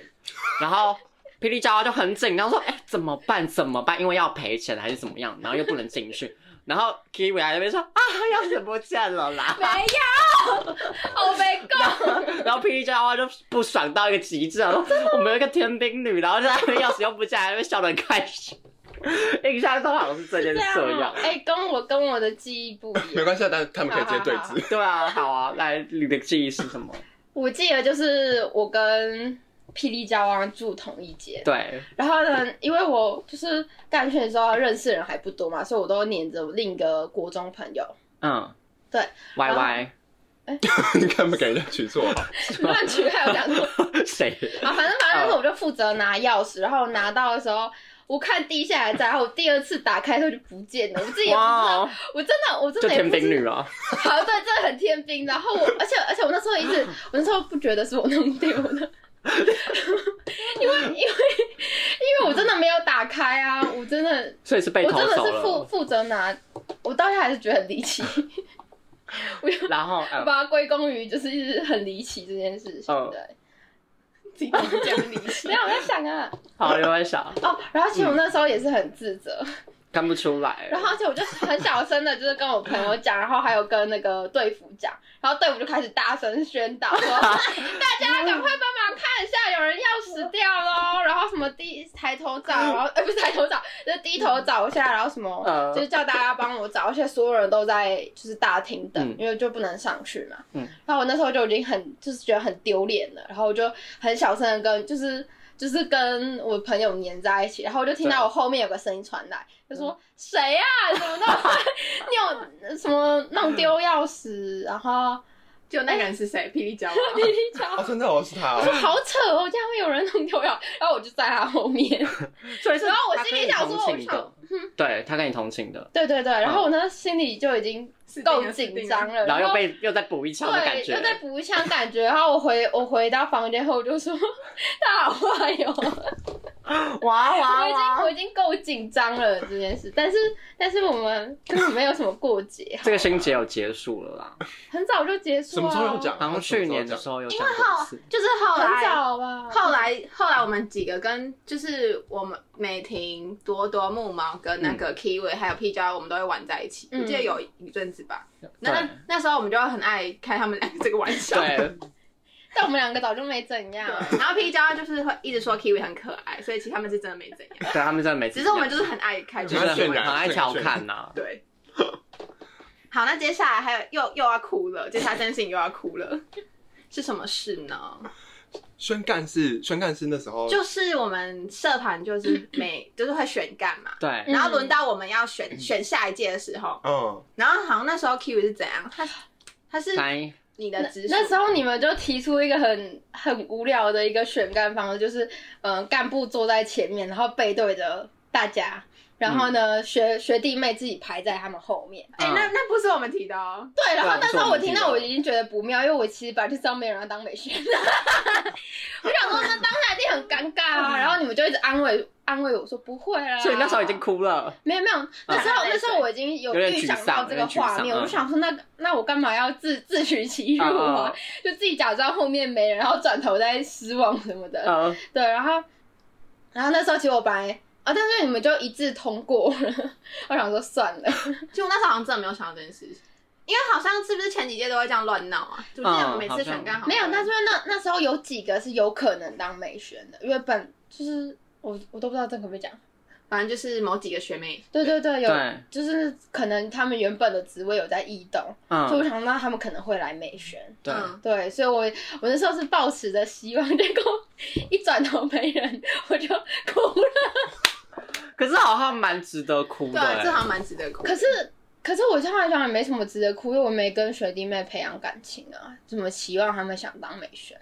Speaker 3: 然后霹雳娇娃就很紧张说：“哎、怎么办？怎么办？因为要赔钱还是怎么样？然后又不能进去。”然后 Kiwi 还在那边说：“啊，钥匙不见了啦
Speaker 4: 没有， 我没够，！”
Speaker 3: 然后霹雳娇娃就不爽到一个极致，然后说：“我们有一个天兵女，然后就在那边钥匙又不见，还在那边笑得很开心。”印象中好像是这件
Speaker 4: 这
Speaker 3: 事
Speaker 4: 样
Speaker 3: 这
Speaker 4: 哦
Speaker 3: 样。
Speaker 4: 哎，跟我跟我的记忆不一
Speaker 1: 没
Speaker 4: 样。
Speaker 1: 关系啊，但是他们可以直接对
Speaker 4: 好好
Speaker 1: 峙。
Speaker 3: 对啊，好啊，来，你的记忆是什么？
Speaker 4: 我记得就是我跟霹雳娇王住同一间，
Speaker 3: 对，
Speaker 4: 然后呢，因为我就是干训的时候啊认识人还不多嘛，所以我都黏着我另一个国中朋 友，
Speaker 3: 嗯，
Speaker 4: 对，
Speaker 3: 歪歪，
Speaker 1: 你干嘛给人家取错？啊
Speaker 4: 乱取还有两个。
Speaker 3: 谁？
Speaker 4: 啊，反正反正是我就负责拿钥匙，然后拿到的时候，我看第一下还在，然后我第二次打开的时候就不见了，我自己也不知
Speaker 3: 哇
Speaker 4: 道
Speaker 3: 哦，
Speaker 4: 我真的我真
Speaker 3: 就
Speaker 4: 的也
Speaker 3: 天
Speaker 4: 不
Speaker 3: 兵
Speaker 4: 知
Speaker 3: 女啊。
Speaker 4: 道，好对，真的很天兵。然 后我，而且而且我那时候一直，我那时候不觉得是我弄丢的， 因为因为因为我真的没有打开啊，我真的
Speaker 3: 所以是被
Speaker 4: 我
Speaker 3: 偷
Speaker 4: 真的
Speaker 3: 走
Speaker 4: 是负
Speaker 3: 了。
Speaker 4: 负责拿，我到现在还是觉得很离 奇，
Speaker 3: 然后，
Speaker 4: 我
Speaker 3: 呃、
Speaker 4: 把它归功于就是很离奇这件事情，
Speaker 3: 嗯
Speaker 4: 对。
Speaker 2: 自己都是这样理解。
Speaker 4: 没有，我在想啊，
Speaker 3: 好，刘文想
Speaker 4: 哦，然后其实我那时候也是很自责，
Speaker 3: 啊看不出来。
Speaker 4: 然后而且我就很小声的，就是跟我朋友讲，然后还有跟那个队服讲，然后队服就开始大声宣 导说，大家赶快帮忙看一下，有人要死掉喽，然后什么低抬头找，然后呃不是抬头找，就是低头
Speaker 3: 嗯
Speaker 4: 找一下，然后什么。
Speaker 3: 呃，
Speaker 4: 就是叫大家帮我找，而且所有人都在就是大厅等，
Speaker 3: 嗯
Speaker 4: 因为就不能上去嘛。
Speaker 3: 嗯
Speaker 4: 然后我那时候就已经很就是觉得很丢脸了，然后我就很小声的跟就是就是跟我朋友黏在一起，然后我就听到我后面有个声音传来，就
Speaker 3: 嗯
Speaker 4: 说谁呀、啊，怎 么弄你有什么弄丢钥匙，然后
Speaker 2: 就那个人是 谁？霹雳娇吗？
Speaker 1: 哦，真的哦，是他
Speaker 4: 我
Speaker 1: 哦
Speaker 4: 说。
Speaker 3: 嗯
Speaker 4: 好扯哦，竟然会有人弄丢钥匙，然后我就在他后面。
Speaker 3: 所以是
Speaker 4: 然后我心里想说
Speaker 3: 他跟你同寝的嗯
Speaker 4: 我
Speaker 3: 对他跟你同情的，
Speaker 4: 对对对，然后我呢心里就已经够紧张了，
Speaker 3: 然后又被又再补一枪的感
Speaker 4: 对，
Speaker 3: 觉
Speaker 4: 又。再补一枪感觉。然后我回我回到房间后，我就说大话哟，
Speaker 3: 哇
Speaker 4: 我已经我已经够紧张了这件事，但是但是我们根本没有什么过节，
Speaker 3: 这个心结有结束了啦，
Speaker 4: 很早就结束
Speaker 1: 什
Speaker 4: 了、
Speaker 1: 么
Speaker 4: 啊，
Speaker 1: 时候有讲？
Speaker 3: 好像去年的时
Speaker 1: 候。
Speaker 3: 候有讲过一次。
Speaker 2: 就是后
Speaker 4: 很
Speaker 2: 来，
Speaker 4: 早吧，
Speaker 2: 后来，后来我们几个跟就是我们美婷、多多、木毛跟那个 Kiwi 还有 P 娇，我们都会玩在一起。
Speaker 4: 嗯
Speaker 2: 我记得有一阵子吧，那那那时候我们就很爱开他们两个这个玩笑。
Speaker 3: 对，
Speaker 4: 但我们两个早就没怎样。
Speaker 2: 对 然后 P 娇就是会一直说 Kiwi 很可爱，所以其实他们是真的没怎样，
Speaker 3: 对他们真的每次
Speaker 2: 只是我们就是很爱开这
Speaker 3: 就
Speaker 2: 个
Speaker 3: 是
Speaker 2: 玩笑。
Speaker 1: 很渲染
Speaker 3: 很爱调侃呐。
Speaker 2: 对。好，那接下来还有又又要哭了，接下来真情又要哭了， 是什么事呢？
Speaker 1: 宣干是宣干是那时候，
Speaker 2: 就是我们社团就是每 就是会选干嘛，
Speaker 3: 对，
Speaker 2: 然后轮到我们要
Speaker 3: 嗯
Speaker 2: 选选下一届的时候，
Speaker 1: 嗯，
Speaker 2: 然后好像那时候 Q 是怎样，他他是
Speaker 3: 来，
Speaker 2: 你的
Speaker 4: 那
Speaker 2: 直属，
Speaker 4: 那时候你们就提出一个很很无聊的一个选干方式，就是嗯、呃干部坐在前面，然后背对着大家，然后呢，
Speaker 1: 嗯
Speaker 4: 学学弟妹自己排在他们后面。
Speaker 2: 哎、
Speaker 3: 嗯
Speaker 2: 那那不是我们提的哦，
Speaker 4: 对，然后
Speaker 3: 对啊
Speaker 4: 那时候我听
Speaker 3: 不
Speaker 4: 到
Speaker 3: 是我
Speaker 4: 我
Speaker 3: 们
Speaker 4: 已经觉得不妙，因为我其实本来就知道没有人要当美宣， 我想说那当下一定很尴尬啊。然后你们就一直安慰安慰我说不会
Speaker 2: 啊
Speaker 4: 啦，
Speaker 3: 嗯所以那时候已经哭了。
Speaker 4: 没有没有，那时候
Speaker 2: 嗯
Speaker 4: 那时候我已经有
Speaker 3: 有点
Speaker 4: 预想
Speaker 3: 沮
Speaker 4: 到
Speaker 3: 丧
Speaker 4: 这个画面，
Speaker 3: 有点沮丧嗯
Speaker 4: 我就想说那那我干嘛要自自取其辱
Speaker 3: 嗯？
Speaker 4: 啊就自己假装后面没人，然后转头再失望什么的。
Speaker 3: 呃，
Speaker 4: 对，然后然后那时候其实我本来啊，但是你们就一致通过 了，我想说算了。
Speaker 2: 就我那时候好像真的没有想到这件事情，因为好像是不是前几届都会这样乱闹啊？就记得
Speaker 3: 嗯
Speaker 2: 我每次选干好像
Speaker 4: 没有，那是因为那那时候有几个是有可能当美宣的，因为本就是我我都不知道这可不可以讲。
Speaker 2: 反正就是某几个学妹，
Speaker 4: 对对对，有
Speaker 3: 对，
Speaker 4: 就是可能他们原本的职位有在异动，所以我
Speaker 3: 嗯，
Speaker 4: 想到他们可能会来美宣。
Speaker 3: 对，
Speaker 2: 嗯
Speaker 4: 对，所以我我那时候是抱持 着希望，结果一转头没人，我就哭了。
Speaker 3: 可是好像蛮值得哭
Speaker 2: 对
Speaker 3: 的、
Speaker 2: 啊，
Speaker 3: 欸。
Speaker 2: 这好像蛮值得哭。
Speaker 4: 可是，可是我现在想也没什么值得哭，因为我没跟学弟妹培养感情啊，怎么期望他们想当美宣？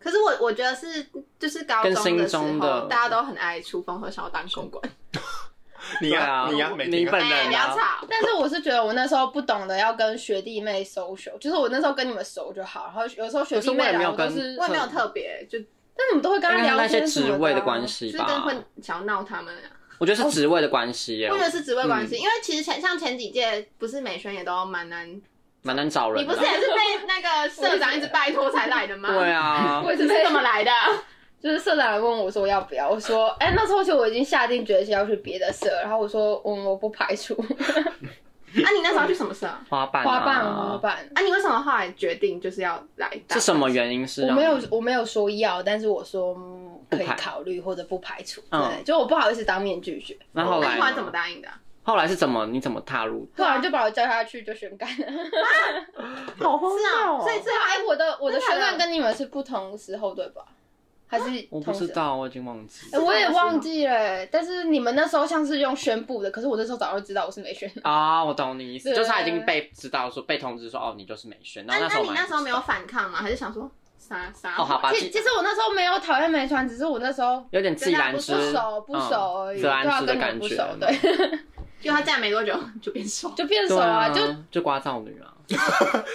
Speaker 2: 可是我我觉得是就是高
Speaker 3: 跟
Speaker 2: 中
Speaker 3: 心
Speaker 2: 的时
Speaker 3: 中
Speaker 2: 候，
Speaker 3: 的
Speaker 2: 大家都很爱出风头，想要当公关。
Speaker 3: 对
Speaker 1: 你呀
Speaker 3: 啊
Speaker 1: 你呀，
Speaker 3: 我
Speaker 1: 每
Speaker 3: 你
Speaker 1: 天
Speaker 3: 本人
Speaker 2: 哎，
Speaker 3: 啊
Speaker 2: 不要吵。
Speaker 4: 但是我是觉得我那时候不懂得要跟学弟妹 social，就是我那时候跟你们熟就好，然后有时候学弟
Speaker 3: 可是
Speaker 4: 妹
Speaker 3: 我也没
Speaker 4: 来
Speaker 3: 有
Speaker 4: 我都
Speaker 3: 跟
Speaker 4: 是，
Speaker 2: 我也没有特别，就
Speaker 4: 但你们都会跟
Speaker 3: 因
Speaker 4: 他
Speaker 3: 为
Speaker 4: 聊
Speaker 3: 那些
Speaker 4: 天什么
Speaker 3: 职
Speaker 4: 啊
Speaker 3: 位的关
Speaker 2: 就
Speaker 3: 系
Speaker 2: 是
Speaker 3: 吧，
Speaker 2: 跟会想要闹他们啊。
Speaker 3: 我觉得是职位的关系耶
Speaker 2: 我，觉得是职位
Speaker 3: 嗯
Speaker 2: 关系，因为其实前像前几届不是美宣也都蛮难，你
Speaker 3: 蛮难找人
Speaker 2: 不
Speaker 3: 的。
Speaker 2: 是也是被那个社长一直拜托才来的吗？
Speaker 3: 啊 对，啊
Speaker 4: 我，也
Speaker 2: 你
Speaker 4: 是
Speaker 2: 是
Speaker 4: 被
Speaker 2: 怎么来的？啊
Speaker 4: 就是社长来问我说要不要，我说 哎、那时候其实我已经下定决心要去别的社，然后我说嗯我不排 除
Speaker 2: 啊，你那时候去什么社？啊，
Speaker 3: 花瓣、啊，
Speaker 4: 花瓣花瓣，
Speaker 2: 你为什么后来决定就是要来？
Speaker 3: 是什么？原因是
Speaker 4: 我
Speaker 3: 让
Speaker 4: 没有
Speaker 3: 你
Speaker 4: 我没有说要，但是我说嗯
Speaker 3: 不
Speaker 4: 可以
Speaker 3: 排
Speaker 4: 考虑或者不排除，
Speaker 3: 嗯
Speaker 4: 对，就我不好意思当面拒绝，
Speaker 3: 那后
Speaker 2: 那
Speaker 3: 来
Speaker 2: 你
Speaker 3: 呢
Speaker 2: 后来怎么答应的啊？
Speaker 3: 后来是怎么？你怎么踏入？
Speaker 4: 突然就把我叫下去就宣干了。
Speaker 3: 好荒
Speaker 2: 是啊，
Speaker 3: 哦
Speaker 2: 所以最
Speaker 4: 对
Speaker 2: 后
Speaker 4: 啊，哎、我的我的
Speaker 2: 真的
Speaker 4: 宣
Speaker 2: 假的
Speaker 4: 传跟你们是不同时候对吧？还是
Speaker 3: 啊我不
Speaker 4: 同时
Speaker 3: 知？道，我已经忘记
Speaker 4: 哎、
Speaker 3: 了
Speaker 4: 我也
Speaker 2: 是同时候
Speaker 4: 忘记了、哎但是你们那时候像是用宣布的，可是我那时候早就知道我是没宣的。
Speaker 3: 啊、我懂你意思，
Speaker 4: 对
Speaker 3: 就是他已经被知道说被通知说哦，你就是美宣。然
Speaker 2: 那
Speaker 3: 后时
Speaker 2: 那
Speaker 3: 候
Speaker 2: 你
Speaker 3: 我们
Speaker 2: 那时候没有
Speaker 3: 还不知道
Speaker 2: 反抗吗？还是想说啥啥？
Speaker 3: 哦好吧
Speaker 4: 其其实我那时候没有讨厌梅川，只是我那时候
Speaker 3: 有点自然之
Speaker 4: 不熟不熟而
Speaker 3: 嗯
Speaker 4: 已，对
Speaker 3: 自
Speaker 4: 啊，
Speaker 3: 然之
Speaker 4: 跟
Speaker 3: 的感
Speaker 4: 你们不
Speaker 3: 觉，嗯
Speaker 4: 熟，对，，
Speaker 2: 就他站没多久 就变瘦，
Speaker 4: 就变熟
Speaker 3: 对啊，
Speaker 4: 就
Speaker 3: 就刮噪女啊，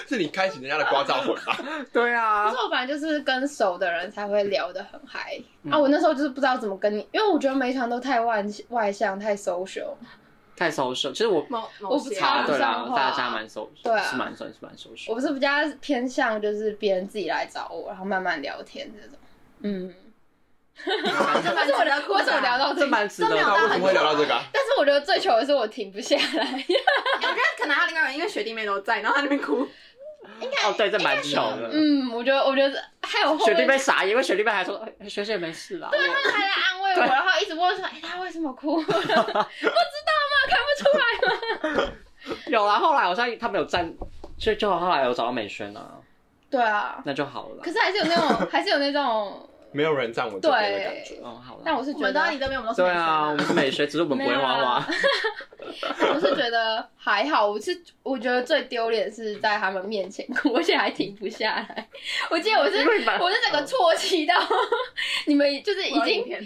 Speaker 1: 是你开启人家的刮噪魂吧？
Speaker 3: 对
Speaker 4: 可
Speaker 3: 啊
Speaker 4: 是，我本来就是跟熟的人才会聊得很嗨、
Speaker 3: 嗯
Speaker 4: 啊！我那时候就是不知道怎么跟你，因为我觉得每一场都太外外向、太 social，
Speaker 3: 太 social，其实我
Speaker 2: 某某
Speaker 4: 我不
Speaker 2: 些
Speaker 4: 知道
Speaker 3: 啊，
Speaker 4: 插不
Speaker 3: 对
Speaker 4: 上
Speaker 3: 啦，
Speaker 4: 话
Speaker 3: 大家蛮 social，
Speaker 4: 对啊
Speaker 3: 是蛮算是蛮 social。
Speaker 4: 我是比较偏向就是别人自己来找我，然后慢慢聊天这种。嗯，
Speaker 2: 这不是我的裤
Speaker 4: 为什么聊到这
Speaker 3: 哦这蛮值得
Speaker 2: 这没有
Speaker 1: 那
Speaker 2: 到
Speaker 1: 为什么会聊到这个啊？
Speaker 4: 但是我觉得最糗的是我停不下来，
Speaker 2: 哎我觉得可能还有另外一个人，因为学弟妹都在，然后他那边哭。
Speaker 3: 哦，对，这蛮糗的。
Speaker 4: 嗯，我觉得我觉得还有后
Speaker 3: 雪
Speaker 4: 面
Speaker 3: 弟妹傻眼，因为雪弟妹还说哎学姐没事啦。
Speaker 4: 他们还来安慰我，
Speaker 3: 对
Speaker 4: 然后一直问我说：“哎、他为什么哭？”不知道吗？看不出来吗？
Speaker 3: 有啦，后来好像他们有站，所以就后来有找到美宣啊，
Speaker 4: 对啊，
Speaker 3: 那就好了啦。
Speaker 4: 可是还是有那种，还是有那种，
Speaker 1: 没有人站我这边的感觉
Speaker 4: 对。
Speaker 3: 哦，好了。
Speaker 4: 但我是
Speaker 2: 我
Speaker 4: 觉
Speaker 2: 们都
Speaker 4: 得
Speaker 2: 你，这边我们都是
Speaker 3: 对
Speaker 2: 女生
Speaker 3: 啊，我们是美学，只是我们不 会
Speaker 4: 啊
Speaker 3: 画画。
Speaker 4: 我是觉得还好。我是我觉得最丢脸是在他们面前哭，而且还停不下来。我记得我是
Speaker 3: 因为蛮
Speaker 4: 我是整个啜泣到，你们就是已
Speaker 2: 嗯我要影
Speaker 4: 经
Speaker 2: 片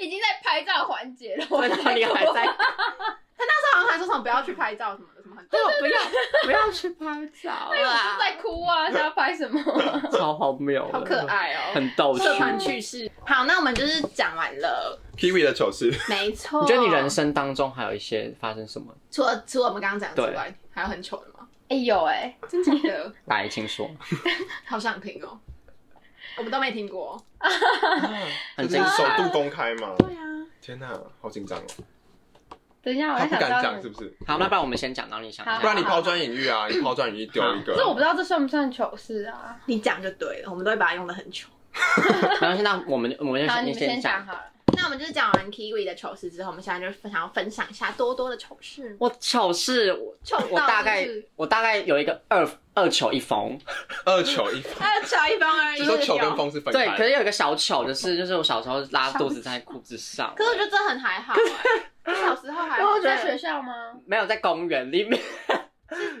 Speaker 4: 已经在拍照环节了，我
Speaker 3: 我到你还在，
Speaker 2: 他好像还说什么不要去拍照什么的，什么很。
Speaker 3: 不要不要去拍照
Speaker 4: 因为我是在哭啊，是要拍什么？
Speaker 3: 超荒谬，
Speaker 2: 好可，爱哦、
Speaker 3: 很逗趣。
Speaker 2: 社团
Speaker 3: 你
Speaker 2: 趣事。好，那我们就是讲完了，
Speaker 1: Kiwi 的糗事，
Speaker 2: 没错。
Speaker 3: 觉得你人生当中还有一些发生什么？
Speaker 2: 除了除了我们刚刚讲的之外，还有很糗的吗？
Speaker 4: 哎有哎，
Speaker 2: 真的，
Speaker 3: 来，请说，
Speaker 2: 好想听哦、我们都没听过。
Speaker 3: 很
Speaker 1: 这
Speaker 3: 精
Speaker 1: 是首
Speaker 3: 彩。
Speaker 1: 度公开嘛？
Speaker 2: 啊，
Speaker 1: 天哪，好紧张哦！
Speaker 4: 等一下我
Speaker 1: 他
Speaker 4: 还
Speaker 1: 不
Speaker 4: 想
Speaker 1: 敢
Speaker 4: 到
Speaker 1: 讲
Speaker 4: 你
Speaker 1: 是，不是？
Speaker 3: 好，那不然我们先讲，然后你想一下。
Speaker 1: 不然你抛砖引玉啊，你抛砖引玉丢一
Speaker 4: 这我不
Speaker 1: 个。
Speaker 4: 知道这算不算糗事啊？
Speaker 2: 你讲就对了，我们都会把它用的很糗。
Speaker 3: 然后现在我们我们
Speaker 4: 好，
Speaker 3: 就
Speaker 4: 你
Speaker 3: 你
Speaker 4: 们先讲
Speaker 3: 讲。
Speaker 4: 好了。
Speaker 2: 那我们就是讲完 Kiwi 的糗事之后，我们现在就想要分享一下多多的糗事。
Speaker 3: 我糗事，我
Speaker 2: 糗到
Speaker 3: 我大 概
Speaker 2: 就是
Speaker 3: 我大概有一个二二糗一逢，
Speaker 1: 二糗一方，
Speaker 2: 啊，小一方而已。
Speaker 1: 就说糗跟风是分
Speaker 3: 对，
Speaker 1: 开
Speaker 3: 可
Speaker 1: 的。
Speaker 3: 是有一个小糗，就是就是我小时候拉肚子在裤子上，
Speaker 2: 可是我觉得这很还好、 欸，小时候还
Speaker 4: 然后
Speaker 2: 好。
Speaker 4: 在学校吗？
Speaker 3: 没有在公园里面，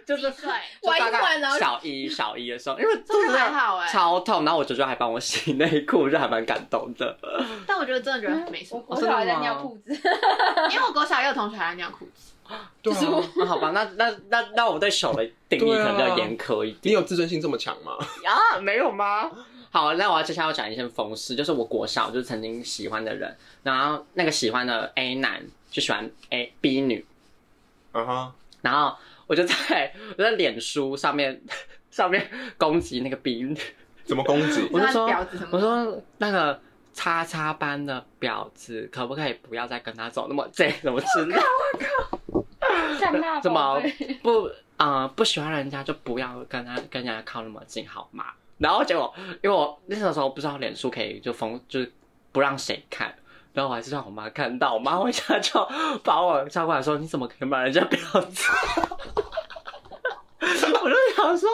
Speaker 3: 就是
Speaker 2: 几岁
Speaker 3: 就大概
Speaker 4: 玩一玩然后
Speaker 3: 小一小一的时候，因为肚
Speaker 2: 真
Speaker 3: 子
Speaker 2: 的还好哎、
Speaker 3: 超痛，然后我舅舅还帮我洗内裤，我就还蛮感动的。
Speaker 2: 但我觉得哦真的觉得没什
Speaker 4: 我
Speaker 2: 么，
Speaker 4: 国小还在尿 裤子，
Speaker 2: 因为我国小也有同学还在尿裤子，
Speaker 1: 对啊，
Speaker 3: 那好吧，那那那那我对手的定义
Speaker 1: 对
Speaker 3: 可
Speaker 1: 啊
Speaker 3: 能比较严苛一
Speaker 1: 你
Speaker 3: 点
Speaker 1: 有自尊心这么强吗？
Speaker 3: 啊，没有吗？好，那我要接下来要讲一件风事，就是我国小就是曾经喜欢的人，然后那个喜欢的 A 男就喜欢 A B 女，
Speaker 1: 啊哈，
Speaker 3: 然后我就在我在脸书上面 上面攻击那个 B 女，
Speaker 1: 怎么攻 击？
Speaker 3: 我就说
Speaker 2: 婊子什么
Speaker 3: 我
Speaker 2: 的。
Speaker 3: 说那个叉叉班的婊子，可不可以不要再跟他走那么这什么之类的？
Speaker 4: 像那
Speaker 3: 怎么不啊、呃不喜欢人家就不要跟他跟人家靠那么近好吗？然后结果因为我那时候不知道脸书可以就封就是不让谁看。然后我还是让我妈看到，我妈回家就把我叫过来说：“你怎么可以骂人家婊子？” 我就想说，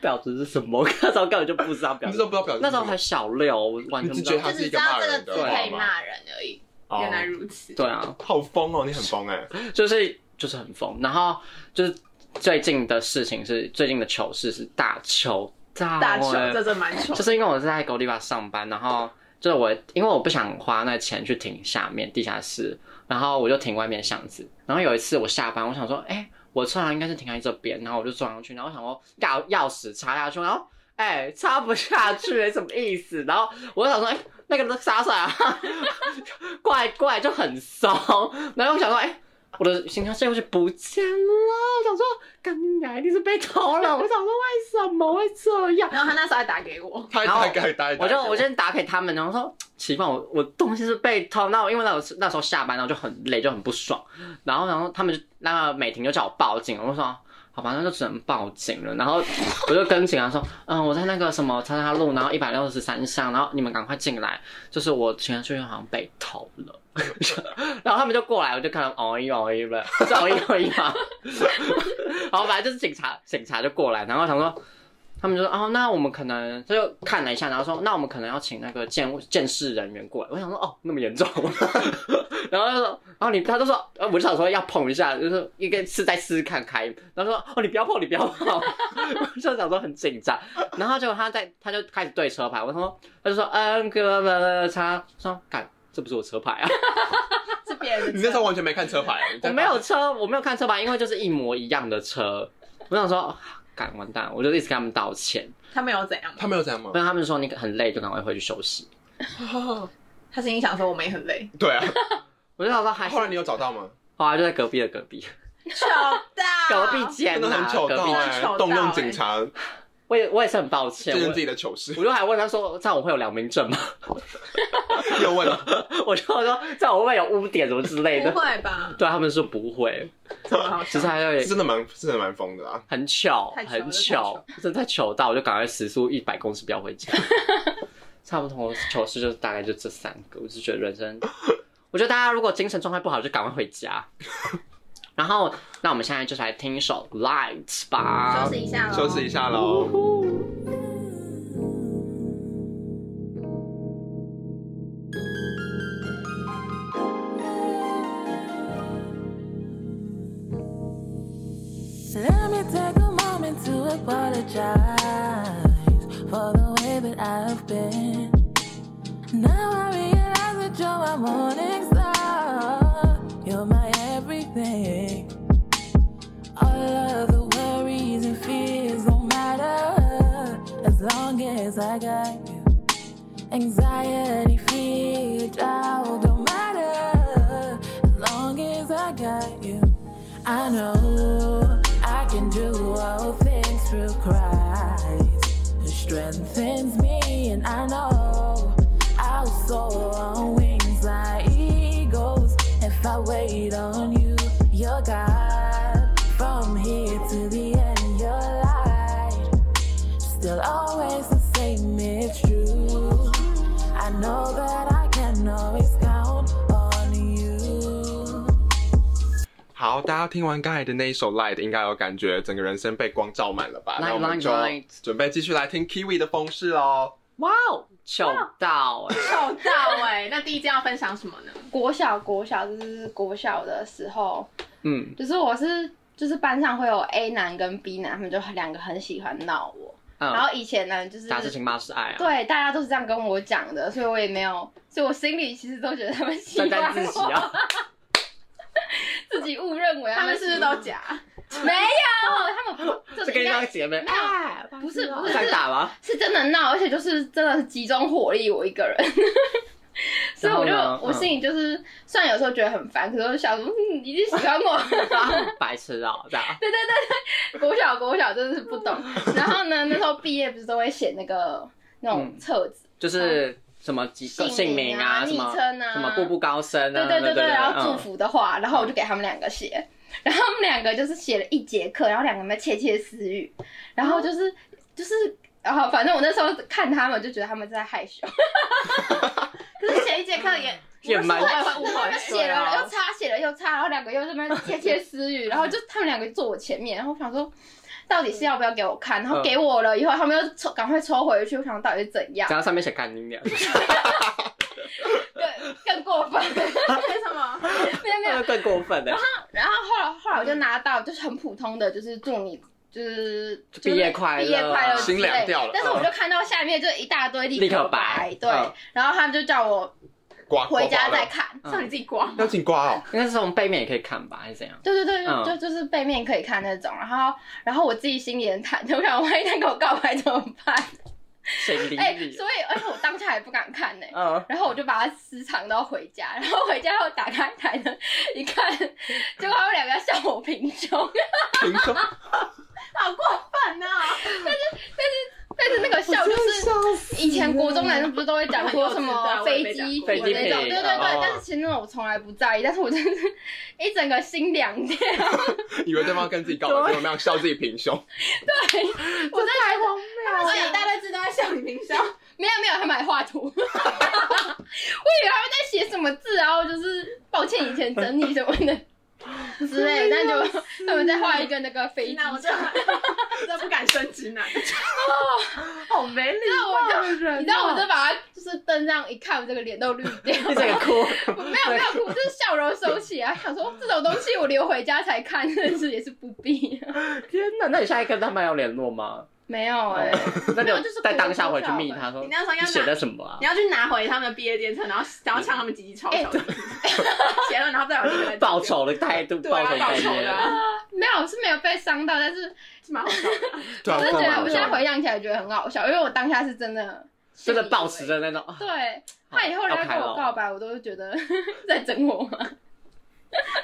Speaker 3: 婊子是什么？我那时候根本就不知道婊
Speaker 1: 你
Speaker 3: 子
Speaker 1: 都不知道表情是什么。
Speaker 3: 那时候还小六，我完
Speaker 1: 你
Speaker 3: 全不
Speaker 1: 只
Speaker 3: 知
Speaker 1: 觉
Speaker 3: 道。
Speaker 1: 得他
Speaker 2: 就是知
Speaker 1: 一个
Speaker 2: 道
Speaker 1: 骂
Speaker 2: 这个
Speaker 1: 人
Speaker 2: 字
Speaker 1: 的
Speaker 2: 可以
Speaker 1: 话吗？
Speaker 2: 骂人而已，
Speaker 1: 哦
Speaker 2: 原来如此。
Speaker 3: 对啊，
Speaker 1: 好疯哦，你很疯哎，
Speaker 3: 就是就是很疯。然后就是最近的事情是最近的糗事是大糗大
Speaker 2: 大
Speaker 3: 欸
Speaker 2: 球，这真蛮 糗
Speaker 3: 就。是因为我是在狗地吧上班，然后就是我因为我不想花那钱去停下面地下室，然后我就停外面巷子。然后有一次我下班，我想说，哎、我车好应该是停在这边，然后我就撞上去，然后我想说钥钥匙插下去，然后哎、插不下去，什么意思？然后我就想说，哎、那个杀手啊，过来过来就很松，然后我想说，哎、我的行车记录器不见了，我想说，赶紧来，一定是被偷了。我想说，为什么会这样？
Speaker 2: 然后他那时候还打给我，
Speaker 1: 太
Speaker 3: 然后
Speaker 1: 太该呆，
Speaker 3: 我就我先打给他们，然后说奇怪，我我东西是被偷，那我因为那我那时候下班，然后就很累，就很不爽，然后然后他们就那个美婷就叫我报警，我就说。好吧，那就只能报警了。然后 我就跟警察说，嗯，我在那个什么叉叉路，然后一百六十三巷，然后你们赶快进来，就是我情人去好像被偷了。 然后他们就过来，我就看到哦一哦一了，是哦一哦一嘛。 然后反正就是警察，警察就过来，然后想说，他们就说哦，那我们可能他就看了一下，然后说那我们可能要请那个监监视人员过来。我想说哦，那么严重， 然后他说，然后你他就说，呃我就想说要碰一下，就是一个是再试试看开，然后说哦你不要碰，你不要碰， 我就想说很紧张，然后结果他在他就开始对车牌，我说他就说嗯个个叉，说干这不是我车牌啊，
Speaker 2: 是别人的车。
Speaker 1: 你那时候完全没看车牌，你
Speaker 3: 我
Speaker 1: 在
Speaker 3: 没有车，我没有看车牌，因为就是一模一样的车，我想说。啊干完蛋，我就一直跟他们道歉，
Speaker 2: 他没有怎样吗？
Speaker 1: 他没有这 样吗？
Speaker 3: 跟他们说你很累，就赶快回去休息。
Speaker 2: 他心里想说我们也很累，
Speaker 1: 对啊，
Speaker 3: 我就想说还是
Speaker 1: 后来你有找到吗？
Speaker 3: 后来就在隔壁的隔壁，
Speaker 2: 糗 到
Speaker 3: 隔壁间
Speaker 1: 真的
Speaker 3: 呐、
Speaker 1: 很糗
Speaker 3: 隔
Speaker 1: 到
Speaker 3: 壁。
Speaker 2: 真的
Speaker 1: 哎
Speaker 2: 糗到，哎
Speaker 1: 动用警察
Speaker 3: 我也我也是很抱歉，
Speaker 1: 见证
Speaker 3: 我
Speaker 1: 自己的糗事，
Speaker 3: 我就还问他说，这样我会有良民证吗？
Speaker 1: 又问
Speaker 3: 我就说这样我会不会有污点什么之 类的
Speaker 2: 不。会 吧？
Speaker 3: 对他们说不会，
Speaker 2: 怎么好
Speaker 3: 其
Speaker 2: 笑
Speaker 3: 实？还有
Speaker 1: 真的蛮真的蛮疯的啊！
Speaker 3: 很巧，
Speaker 2: 太糗了
Speaker 3: 很巧，真的太糗到我就赶快时速一百公尺飙回 家。差不多糗事就是大概就这三个，我就觉得人生，我觉得大家如果精神状态不好就赶快回 家。然后，那我们现在就是来听一首《Lights》吧。
Speaker 4: 嗯
Speaker 2: 休息一下喽，
Speaker 4: 哦
Speaker 1: 休息一下喽。
Speaker 5: Let me take a moment to apologize for the way that I've been. Now I realize that you're my morning star. You're my everything. All of the worries and fears don't matter as long as I got you. Anxiety, fear, doubt don't matter as long as I got you. I know I can do all things through Christ who strengthens me, and I know I'll soar on wings like eagles if I wait on you. Your God from here to the end, your light still always the same, it's true. I know that I can always count on you.
Speaker 1: 好，大家听完刚才的那一首《Light》，应该有感觉整个人生被光照满了吧？
Speaker 3: Light,
Speaker 1: 那我们
Speaker 3: light,
Speaker 1: 就
Speaker 3: light
Speaker 1: 准备继续来听 Kiwi 的风事喽。
Speaker 3: 哇哦，糗到哎、
Speaker 2: 糗到哎、那第一件要分享什么呢？
Speaker 4: 国小国小就是国小的时候，
Speaker 3: 嗯，
Speaker 4: 就是我是就是班上会有 A 男跟 B 男，他们就两个很喜欢闹我。然
Speaker 3: 嗯，
Speaker 4: 后以前呢，就是
Speaker 3: 打是情骂是爱啊，
Speaker 4: 对大家都是这样跟我讲的，所以我也没有，所以我心里其实都觉得他们喜
Speaker 3: 沾
Speaker 4: 欢
Speaker 3: 沾
Speaker 4: 我，
Speaker 3: 自喜啊，
Speaker 4: 自己误认为
Speaker 2: 他们是
Speaker 4: 喜
Speaker 2: 不是都假？
Speaker 4: 没有，他们不这
Speaker 3: 就
Speaker 4: 个
Speaker 3: 跟
Speaker 4: 应
Speaker 3: 当
Speaker 4: 该
Speaker 3: 姐妹
Speaker 4: 没有，不是不是
Speaker 3: 想
Speaker 4: 是
Speaker 3: 打 吗？
Speaker 4: 是真的闹，而且就是真的是集中火力，我一个人。 所以我就
Speaker 3: 然后呢嗯
Speaker 4: 我心里就是，虽然有时候觉得很烦，可是我就想说，嗯，你一定喜欢我。
Speaker 3: 白痴啊，这样，
Speaker 4: 对对对对，国小国小真的是不懂。 然后呢，那时候毕业不是都会写那个那种册子，
Speaker 3: 就是什么几个嗯姓名
Speaker 4: 啊、
Speaker 3: 啊，
Speaker 4: 昵
Speaker 3: 什么
Speaker 4: 称啊，
Speaker 3: 什么步步高升
Speaker 4: 对
Speaker 3: 啊，
Speaker 4: 对对对，
Speaker 3: 对，
Speaker 4: 然后
Speaker 3: 嗯
Speaker 4: 祝福的话，然后我就给他们两个写，然后他们两个就是写了一节课，然后两个人在窃窃私语，然后就是、就是，然后反正我那时候看他们就觉得他们在害羞，
Speaker 2: 可是前一节课也
Speaker 3: 也蛮
Speaker 2: 我也会误
Speaker 4: 他们
Speaker 2: 会。
Speaker 4: 写
Speaker 3: 对
Speaker 4: 了
Speaker 3: 啊
Speaker 4: 又擦，写了又擦，然后两个又在那边窃窃私语，然后就他们两个坐我前面，然后我想说。到底是要不要给我看？
Speaker 3: 嗯
Speaker 4: 然后给我了以 后，他们又抽，赶快抽回去。我想到底是怎样
Speaker 3: 只？要上面写干你娘，
Speaker 4: 更更过分，
Speaker 2: 为什么？
Speaker 4: 没有没 有。
Speaker 3: 更过分的，
Speaker 4: 然后后来后来我就拿到就是很普通的，就是祝你就是
Speaker 3: 就毕业快乐
Speaker 4: 毕业快乐之类
Speaker 1: 心
Speaker 4: 的
Speaker 1: 凉掉了
Speaker 4: 但是我就看到下面就一大堆立
Speaker 3: 嗯立刻
Speaker 4: 白
Speaker 3: 白，
Speaker 4: 对
Speaker 3: 嗯，啊
Speaker 4: 然后他们就叫我
Speaker 1: 刮
Speaker 4: 回家
Speaker 1: 刮
Speaker 4: 再，看，
Speaker 2: 是你自己刮
Speaker 1: 刮乐要紧刮哦，
Speaker 3: 应该是从背面也可以看吧，还是怎 样？
Speaker 4: 对对对，
Speaker 3: 嗯
Speaker 4: 就就是背面可以看那种，然后然后我自己心里很忐忑，我想万一他跟我告白怎么 办？
Speaker 3: 谁理
Speaker 4: 哎、
Speaker 3: 你？
Speaker 4: 所以而且我当下也不敢看呢、
Speaker 3: 嗯，
Speaker 4: 然后我就把它私藏到回家，然后回家后打开台灯一看，结果他们两个笑我贫穷，
Speaker 1: 凭什么？
Speaker 2: 好哦过分呐！
Speaker 4: 但是那个笑就是以前国中男生不是都会讲说什么飞机皮
Speaker 3: 飞机
Speaker 4: 那种，
Speaker 3: 皮
Speaker 4: 对对对
Speaker 3: 哦，
Speaker 4: 但是其实那种我从来不在意，但是我真的是一整个心凉掉，
Speaker 1: 以为对方跟自己告白，结果没有笑自己平胸，
Speaker 4: 我真的觉得
Speaker 2: 而且一大堆字都在笑你名声，
Speaker 4: 没有没有，他们还画图，我 以为他们在写什么字，然后就是抱歉以前整理什么的。之类，但就他们在画一个那个飞机，
Speaker 2: 那我真的 真的不敢升直男，
Speaker 3: 好没礼
Speaker 4: 貌
Speaker 3: 的人
Speaker 4: 你知道
Speaker 2: 哦
Speaker 4: 我就把它就是灯这样一看，我这个脸都绿 掉，
Speaker 3: 你整个哭，
Speaker 4: 没有没有哭，就是笑容收起来，想说这种东西我留回家才看，真的是也是不必。 啊
Speaker 3: 天哪！那你现在跟他们还有联络吗？ 哦
Speaker 4: 没有哎、
Speaker 3: 那
Speaker 2: 哦
Speaker 4: 没有
Speaker 3: 就
Speaker 4: 就是
Speaker 3: 在
Speaker 4: 口头
Speaker 3: 当下
Speaker 4: 上
Speaker 3: 回去
Speaker 4: 的
Speaker 3: 密他说，
Speaker 2: 你那时候要
Speaker 3: 你写
Speaker 2: 拿，
Speaker 3: 的什么啊
Speaker 2: 你？要去拿回他们的毕业监测，然后然后呛他们几级超
Speaker 4: 哎
Speaker 2: 小的， 写了然后再往这个
Speaker 3: 报，仇的态度，
Speaker 2: 对啊，
Speaker 3: 报仇
Speaker 2: 报
Speaker 3: 概
Speaker 2: 仇的
Speaker 3: 念，
Speaker 2: 啊，
Speaker 4: 没有是没有被伤到，但是
Speaker 2: 是蛮好哦笑的。
Speaker 1: 对啊
Speaker 3: 干嘛
Speaker 4: 我是觉得我现在回想起来觉得很好笑，因为我当下是真的
Speaker 3: 真的保持着那种。哦
Speaker 4: 对。他以后
Speaker 3: 要
Speaker 4: 来
Speaker 3: 开
Speaker 4: 跟我
Speaker 3: 了
Speaker 4: 告白，我都会觉得 在整我嘛，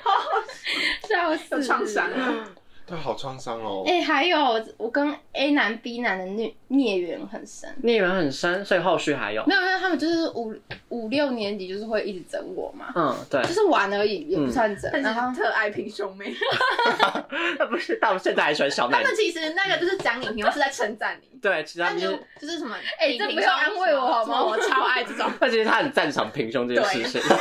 Speaker 4: 笑
Speaker 2: 有
Speaker 4: 死，
Speaker 2: 创伤。啊！
Speaker 1: 对，好创伤哦。
Speaker 4: 哎、还有我跟 A 男 B 男的孽孽缘很深，
Speaker 3: 孽缘很深，所以后续还有。
Speaker 4: 没有没有，他们就是五五六年级就是会一直整我嘛，
Speaker 3: 嗯，对
Speaker 4: 就，是玩而已，也不算整。
Speaker 2: 但
Speaker 4: 然后
Speaker 2: 是特爱拼兄妹，
Speaker 3: 那 不是到现在还喜欢小
Speaker 2: 他
Speaker 3: 奶
Speaker 2: 们其实那个就是讲你，你又是在称赞你，
Speaker 3: 对，其实他
Speaker 2: 但
Speaker 3: 们
Speaker 2: 就
Speaker 3: 就是，
Speaker 2: 就是什么，啊
Speaker 4: 哎这不要安慰我好吗
Speaker 2: 我超爱这种。
Speaker 3: 但其实他很赞赏平胸这件事情。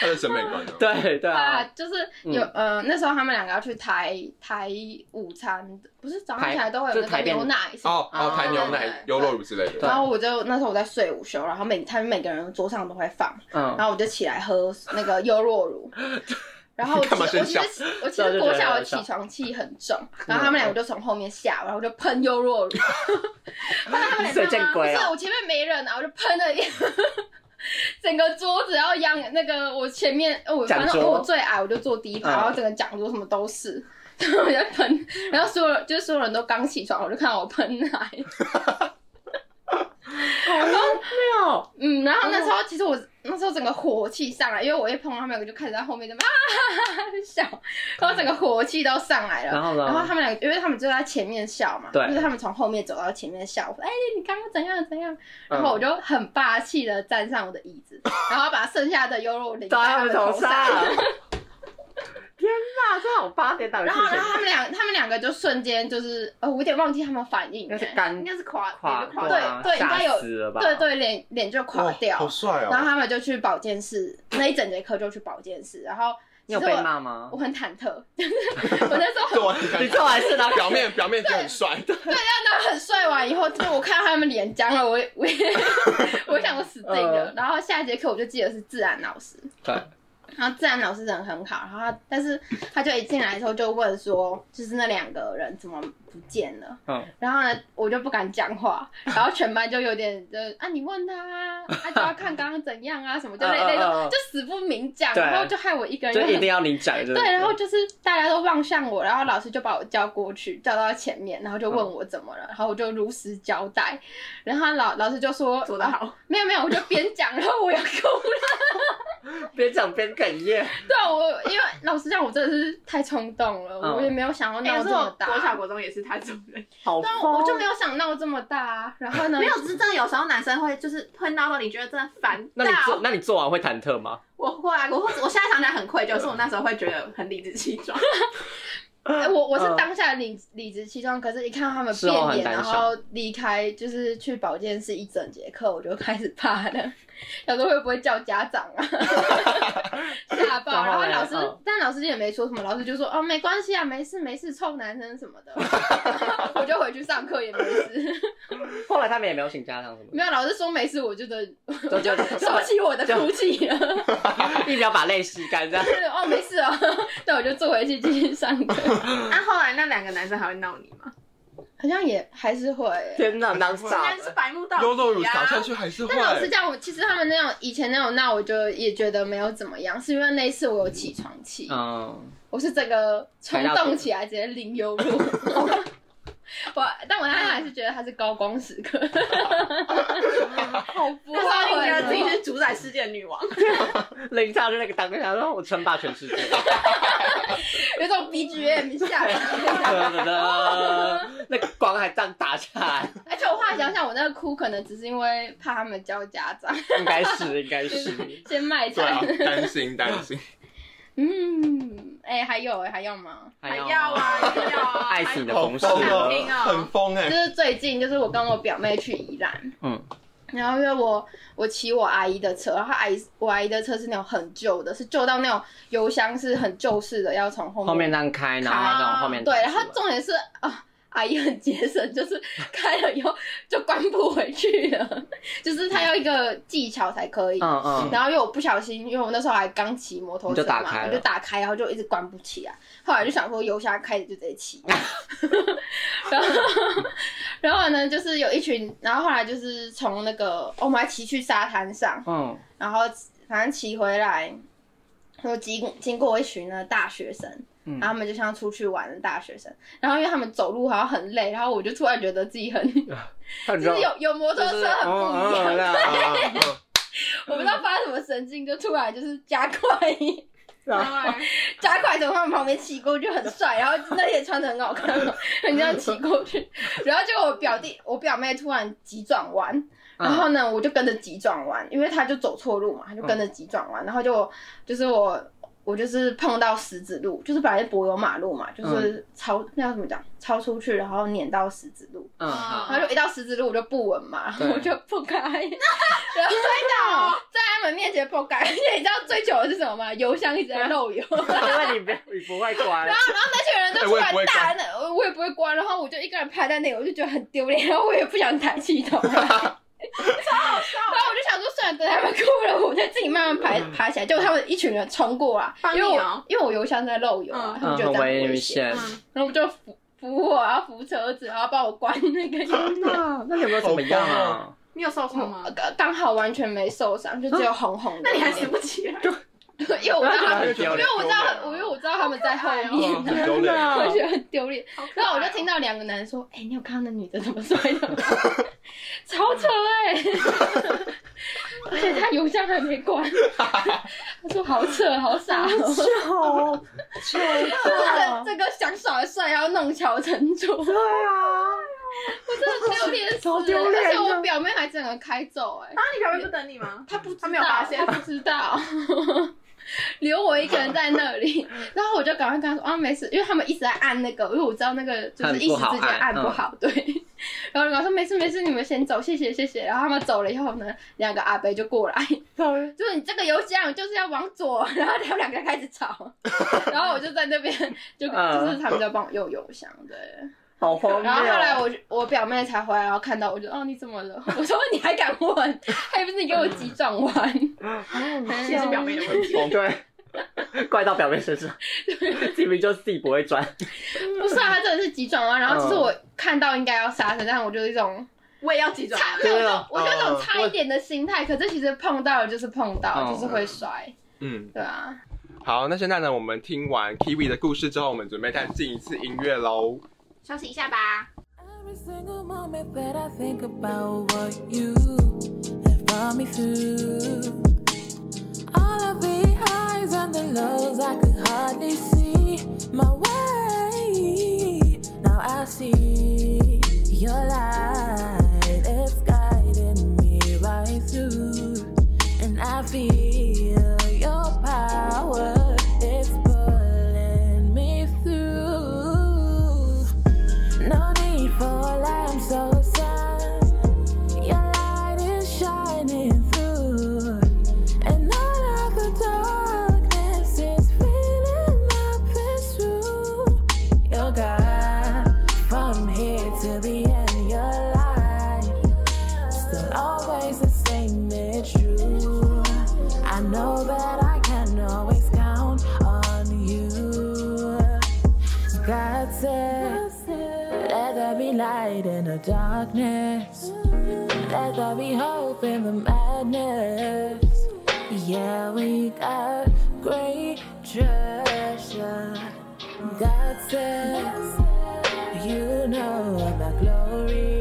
Speaker 1: 他的审美观哦呢？
Speaker 3: 对对
Speaker 4: 啊
Speaker 3: 啊，，
Speaker 4: 就是有、呃，那时候他们两个要去台台午餐，不是早上
Speaker 3: 台
Speaker 4: 起来都会有
Speaker 3: 就
Speaker 4: 那个
Speaker 3: 台边
Speaker 4: 牛奶什么
Speaker 1: 哦哦，
Speaker 3: 啊
Speaker 1: 谈牛
Speaker 2: 对
Speaker 1: 奶、
Speaker 2: 对
Speaker 1: 优酪乳之类的。
Speaker 3: 对
Speaker 4: 然后我就那时候我在睡午休，然后每他们每个人桌上都会放，然
Speaker 3: 嗯，
Speaker 4: 后我就起来喝那个优酪乳，然后我
Speaker 1: 干嘛
Speaker 4: 其实我其
Speaker 1: 先
Speaker 4: 实我其实国小我起床气很重，然后他们两个就从后面吓我，然后我就喷优酪乳，
Speaker 3: 水见
Speaker 4: 不
Speaker 3: 鬼
Speaker 4: 是
Speaker 3: 啊！
Speaker 4: 我前面没人啊，我就喷了一整个桌子，然后央那个我前面哦我
Speaker 3: 讲
Speaker 4: 反正
Speaker 3: 桌
Speaker 4: 我最矮，我就坐第一
Speaker 3: 嗯
Speaker 4: 排，然后整个讲桌什么都是。然后我在喷，然后所有人就是所有人都刚起床，我就看到我喷奶，
Speaker 3: 没 有，
Speaker 4: 嗯，然后那时候其实我那时候整个火气上来，因为我一碰到他们两个就开始在后面这么啊哈哈哈笑，然后整个火气都上来了，
Speaker 3: 然后呢
Speaker 4: 然后他们两个，因为他们就在前面笑嘛，
Speaker 3: 对
Speaker 4: 就是他们从后面走到前面笑，我说：“哎、你刚刚怎样怎样？”
Speaker 3: 嗯
Speaker 4: 然后我就很霸气的站上我的椅子，然后把剩下的 优柔淋
Speaker 3: 倒在
Speaker 4: 他
Speaker 3: 啊他们
Speaker 4: 头
Speaker 3: 头上。天哪，这好 八点档的
Speaker 4: 然
Speaker 3: 事
Speaker 4: 后，然
Speaker 3: 情。
Speaker 4: 后他们两，他们两个就瞬间就是，呃，我有点忘记他们反应
Speaker 3: 应
Speaker 4: 了，
Speaker 3: 该是干
Speaker 2: 应该是垮，
Speaker 3: 垮，
Speaker 2: 也是垮
Speaker 4: 对
Speaker 3: 啊
Speaker 4: 对应该有
Speaker 3: 吓死了吧？
Speaker 4: 对，对，脸脸就垮
Speaker 1: 哇
Speaker 4: 掉
Speaker 1: 好。帅
Speaker 4: 然后
Speaker 1: 哦！
Speaker 4: 他们就去保健室，那一整节课就去保健室。然后
Speaker 3: 你
Speaker 4: 其
Speaker 3: 有
Speaker 4: 实
Speaker 3: 被
Speaker 4: 我
Speaker 3: 骂吗
Speaker 4: 我？很忐忑， 我那时候很
Speaker 1: 做完你看
Speaker 3: 你做完事 然后
Speaker 1: 表面表面就很帅，
Speaker 4: 那很睡完以后，就是我看到他们脸僵了，我也我也 我想我死定了。
Speaker 3: 嗯
Speaker 4: 然后下一节课我就记得是自然老师，
Speaker 3: 对，
Speaker 4: 然后自然老师人很好，然后他但是他就一进来的时候就问说，就是那两个人怎么不见了？
Speaker 3: 嗯，
Speaker 4: 然后呢，我就不敢讲话，然后全班就有点就啊，你问他啊，啊就要看刚刚怎样啊什么，就那
Speaker 3: 嗯嗯嗯
Speaker 4: 那
Speaker 3: 嗯
Speaker 4: 种就死不明讲，
Speaker 3: 对
Speaker 4: 然后就害我一个人
Speaker 3: 就
Speaker 4: 就
Speaker 3: 一
Speaker 4: 很
Speaker 3: 定要你讲，对
Speaker 4: 对，然后就是大家都望向我，然后老师就把我叫过去，叫到前面，然后就问我怎么了，然后我就如实交代，然后老老师就说
Speaker 2: 做得
Speaker 4: 啊
Speaker 2: 好，
Speaker 4: 没有没有，我就边讲，然后我要哭了。
Speaker 3: 边讲边哽咽。
Speaker 4: 对啊，我因为老实讲，我真的是太冲动了，
Speaker 3: 嗯
Speaker 4: 我也没有想要
Speaker 2: 哎可
Speaker 4: 闹这
Speaker 2: 是我
Speaker 4: 么大。
Speaker 2: 国小国中也是他这种人，
Speaker 3: 好
Speaker 4: 但我就没有想闹这么大啊，然后 呢？
Speaker 2: 没有，就是真的有时候男生会就是会闹到你觉得真的烦
Speaker 3: 那你做
Speaker 2: 到。
Speaker 3: 那你做完会忐忑吗？
Speaker 2: 我会啊，我会，我现在想起来很愧疚，是我那时候会觉得很理直气壮。
Speaker 4: 哎，我我是
Speaker 3: 嗯
Speaker 4: 当下理理直气壮，可是一看到他们
Speaker 3: 事
Speaker 4: 变
Speaker 3: 后很
Speaker 4: 脸，
Speaker 3: 胆
Speaker 4: 然
Speaker 3: 小
Speaker 4: 后离开，就是去保健室一整节课，我就开始怕了， 想说会不会叫家长 啊，吓爆。然
Speaker 3: 然后
Speaker 4: 后
Speaker 3: 嘞
Speaker 4: 老师
Speaker 3: 嗯，
Speaker 4: 但老师也没说什么，老师就说哦没关系啊，没 事没事，臭男生什么的，我就回去上课也没事。
Speaker 3: 后来他他们也没有请家长什么的，
Speaker 4: 没有，老师说没事，我觉得
Speaker 3: 就就
Speaker 4: 收起我的哭泣了。
Speaker 3: 一秒把泪吸干这样。
Speaker 4: 对 哦，没事哦，那我就坐回去继续上课。
Speaker 2: 那啊后来那两个男生还会闹你吗？
Speaker 4: 好像也还是会耶。
Speaker 3: 天哪，当
Speaker 2: 当
Speaker 3: 傻
Speaker 2: 然是白目到
Speaker 1: 优酪乳
Speaker 2: 底
Speaker 1: 撒下
Speaker 2: 啊！
Speaker 1: 去还是会
Speaker 4: 但。老实讲，我其实他们那种以前那种闹，我就也觉得没有怎么样，是因为那一次我有起床气，
Speaker 3: 嗯，
Speaker 4: 我是整个冲动起来，直接领优路。 我，但我当然还是觉得他是高光时 刻，好不
Speaker 2: 那时候你觉得自己
Speaker 4: 会。
Speaker 2: 是主宰世界的女王，
Speaker 3: 林超就那个当下说，我称霸全世界。
Speaker 4: 有种 BGM 下来。
Speaker 3: 那个光还这样打下来，
Speaker 4: 而且我后来想想，我那个哭可能只是因为怕他们教家长，
Speaker 3: 应该是应该
Speaker 4: 就是
Speaker 3: 是。
Speaker 4: 先卖
Speaker 1: 对啊
Speaker 4: 惨。，
Speaker 1: 担心担心，
Speaker 4: 嗯，哎、还有哎、还要吗？
Speaker 2: 还要啊，还要啊，
Speaker 3: 爱死你的
Speaker 1: 好
Speaker 3: 同事
Speaker 1: 疯
Speaker 2: 好
Speaker 1: 哦
Speaker 2: 听哦，
Speaker 1: 很疯
Speaker 4: 就
Speaker 1: 哎。
Speaker 4: 是最近，就是我跟我表妹去宜兰，
Speaker 3: 嗯，
Speaker 4: 然后因为我我骑我阿姨的车，然后阿姨我阿姨的车是那种很旧的，是旧到那种油箱是很旧式的，要从后面
Speaker 3: 后面这样开，然后那种后面
Speaker 4: 对，然后重点是啊、阿姨很节省，就是开了以后就关不回去了， 就是她要一个技巧才可以。
Speaker 3: 嗯嗯，
Speaker 4: 然后因为我不小心，因为我那时候还刚骑摩托
Speaker 3: 你就
Speaker 4: 车
Speaker 3: 打
Speaker 4: 嘛，
Speaker 3: 开
Speaker 4: 我
Speaker 3: 了
Speaker 4: 就打开，然后就一直关不起来。后来就想说油箱开着就直 接骑，然后然后呢，就是有一群，然后后来就是从那个、哦我们还骑去沙滩上，
Speaker 3: 嗯
Speaker 4: 然后反正骑回来，说经经过一群呢大学生，
Speaker 3: 嗯
Speaker 4: 然后他们就像出去玩的大学生，然后因为他们走路好像很累，然后我就突然觉得自己很，
Speaker 3: 很
Speaker 4: 就是有有摩托车很不
Speaker 3: 哦
Speaker 4: 一样，
Speaker 1: 啊嗯
Speaker 4: 我不知道发什么神经，就突然就是加快，
Speaker 2: 对，
Speaker 4: 加快从他们旁边骑过去，很帅，然后那也穿的很好看，很这样骑过去，然后结果我表弟我表妹突然急转弯，然后呢，我就跟着急转弯，因为他就走错路嘛，他就跟着急转弯，然后就就是我我就是碰到石子路，就是本来是柏油马路嘛，就是超、那要怎么讲，超出去然后碾到石子路，
Speaker 3: 嗯好，
Speaker 4: 然后就一到石子路我就不稳嘛，然后
Speaker 3: 对
Speaker 4: 我就不开，然后摔倒，在他们面前不开，而且你知道最糗的是什么吗？油箱一直在漏油。
Speaker 3: 因为你不你不会关
Speaker 4: 然，后，然后那群人就出来
Speaker 1: 哎我也不会
Speaker 4: 大
Speaker 1: 关
Speaker 4: 那，呃我也不会关，然后我就一个人趴在那里，我就觉得很丢脸，然 后我也不想抬起头来，超好笑。然后我就想说，算了，等他们哭了，我再自己慢慢爬
Speaker 1: 嗯
Speaker 4: 爬起来。结果他们一群人冲过来，
Speaker 2: 帮你
Speaker 4: 因为我
Speaker 2: 哦
Speaker 4: 因为我油箱在漏油啊，
Speaker 2: 嗯
Speaker 4: 他
Speaker 3: 嗯，
Speaker 4: 们觉得
Speaker 3: 很
Speaker 4: 这样很危
Speaker 3: 危险。
Speaker 4: 险，
Speaker 2: 嗯
Speaker 4: 然后我就扶扶我，然后扶车子，然后帮我关那个油
Speaker 3: 那那有没有怎么样啊？
Speaker 2: 你有受伤吗
Speaker 4: 呃？刚刚好完全没受伤，就只有红红的。
Speaker 2: 那你还死不起来？
Speaker 4: 对因为 我知道他们，
Speaker 1: 很丢
Speaker 4: 因
Speaker 1: 脸啊
Speaker 4: 为我知道，我因为我知道他们在后面啊
Speaker 1: 嗯，很丢脸。
Speaker 4: 我觉得很丢脸。
Speaker 2: 好可爱
Speaker 4: 然
Speaker 2: 哦
Speaker 4: 后我就听到两个男人说：“哎、你有看到那女的怎么摔 的吗？”超扯哎、而且他油箱还没关，他说好扯好傻、哦，就是
Speaker 3: 好哦糗
Speaker 4: 这这个想耍帅，然后弄巧成拙，我真
Speaker 3: 啊！
Speaker 4: 的丢脸死
Speaker 3: 超丢
Speaker 4: 了。
Speaker 3: 脸的
Speaker 4: 而且我表妹还整个开走哎、
Speaker 2: 啊，你表妹不等你吗？她不，她没有发
Speaker 4: 他
Speaker 2: 现。
Speaker 4: 不知道， 留我一个人在那里，然后我就赶快跟他说啊，没事，因为他们一直在按那个，因为我知道那个就是一时之间按不好，对。然后我就跟他说没事没事，你们先走，谢谢谢谢。然后他们走了以后呢，两个阿伯就过来，就是你这个油箱就是要往左，然后他们两个开始吵，然后我就在那边就
Speaker 3: 嗯
Speaker 4: 就是他们就帮我用油箱，对。
Speaker 3: 好荒谬
Speaker 4: 然后后来我我表妹才回来，然后看到我就哦你怎么了？ 我说你还敢问，还不是你给我急转弯？
Speaker 3: 嗯
Speaker 4: 嗯
Speaker 2: 其实是表妹的问题。
Speaker 3: 对， 怪到表妹身上，明明就自己不会转，
Speaker 4: 不是啊，他真的是急转弯。然后其实
Speaker 3: 嗯
Speaker 4: 我看到应该要刹车，但我就是一种
Speaker 2: 我也要 急转
Speaker 4: 差，
Speaker 2: 弯
Speaker 4: 没。有
Speaker 3: 对
Speaker 4: 我就
Speaker 3: 啊
Speaker 4: 我就一种差一点的心态。可是其实碰到了就是碰到，
Speaker 3: 嗯
Speaker 4: 就是会摔，
Speaker 1: 嗯，
Speaker 4: 对啊。
Speaker 1: 好，那现在呢，我们听完 Kiwi 的故事之后，我们准备再进一次音乐喽。
Speaker 2: 休息一下吧。
Speaker 5: Every single moment that I think about what you have brought me through. All of the highs and the lows, I could hardly see my way. Now I see your light, it's guiding me right through. And I feel your power, it's pulling me through. No need for lamps or sun. Your light is shining through. And all of the darkness is filling up this room. Your God, from here to the end, your light always the same, it's true. I know that I can always count on you. God said, Let there be light in the darkness. Let there be hope in the madness. Yeah, we got great treasure. God said, You know of my glory.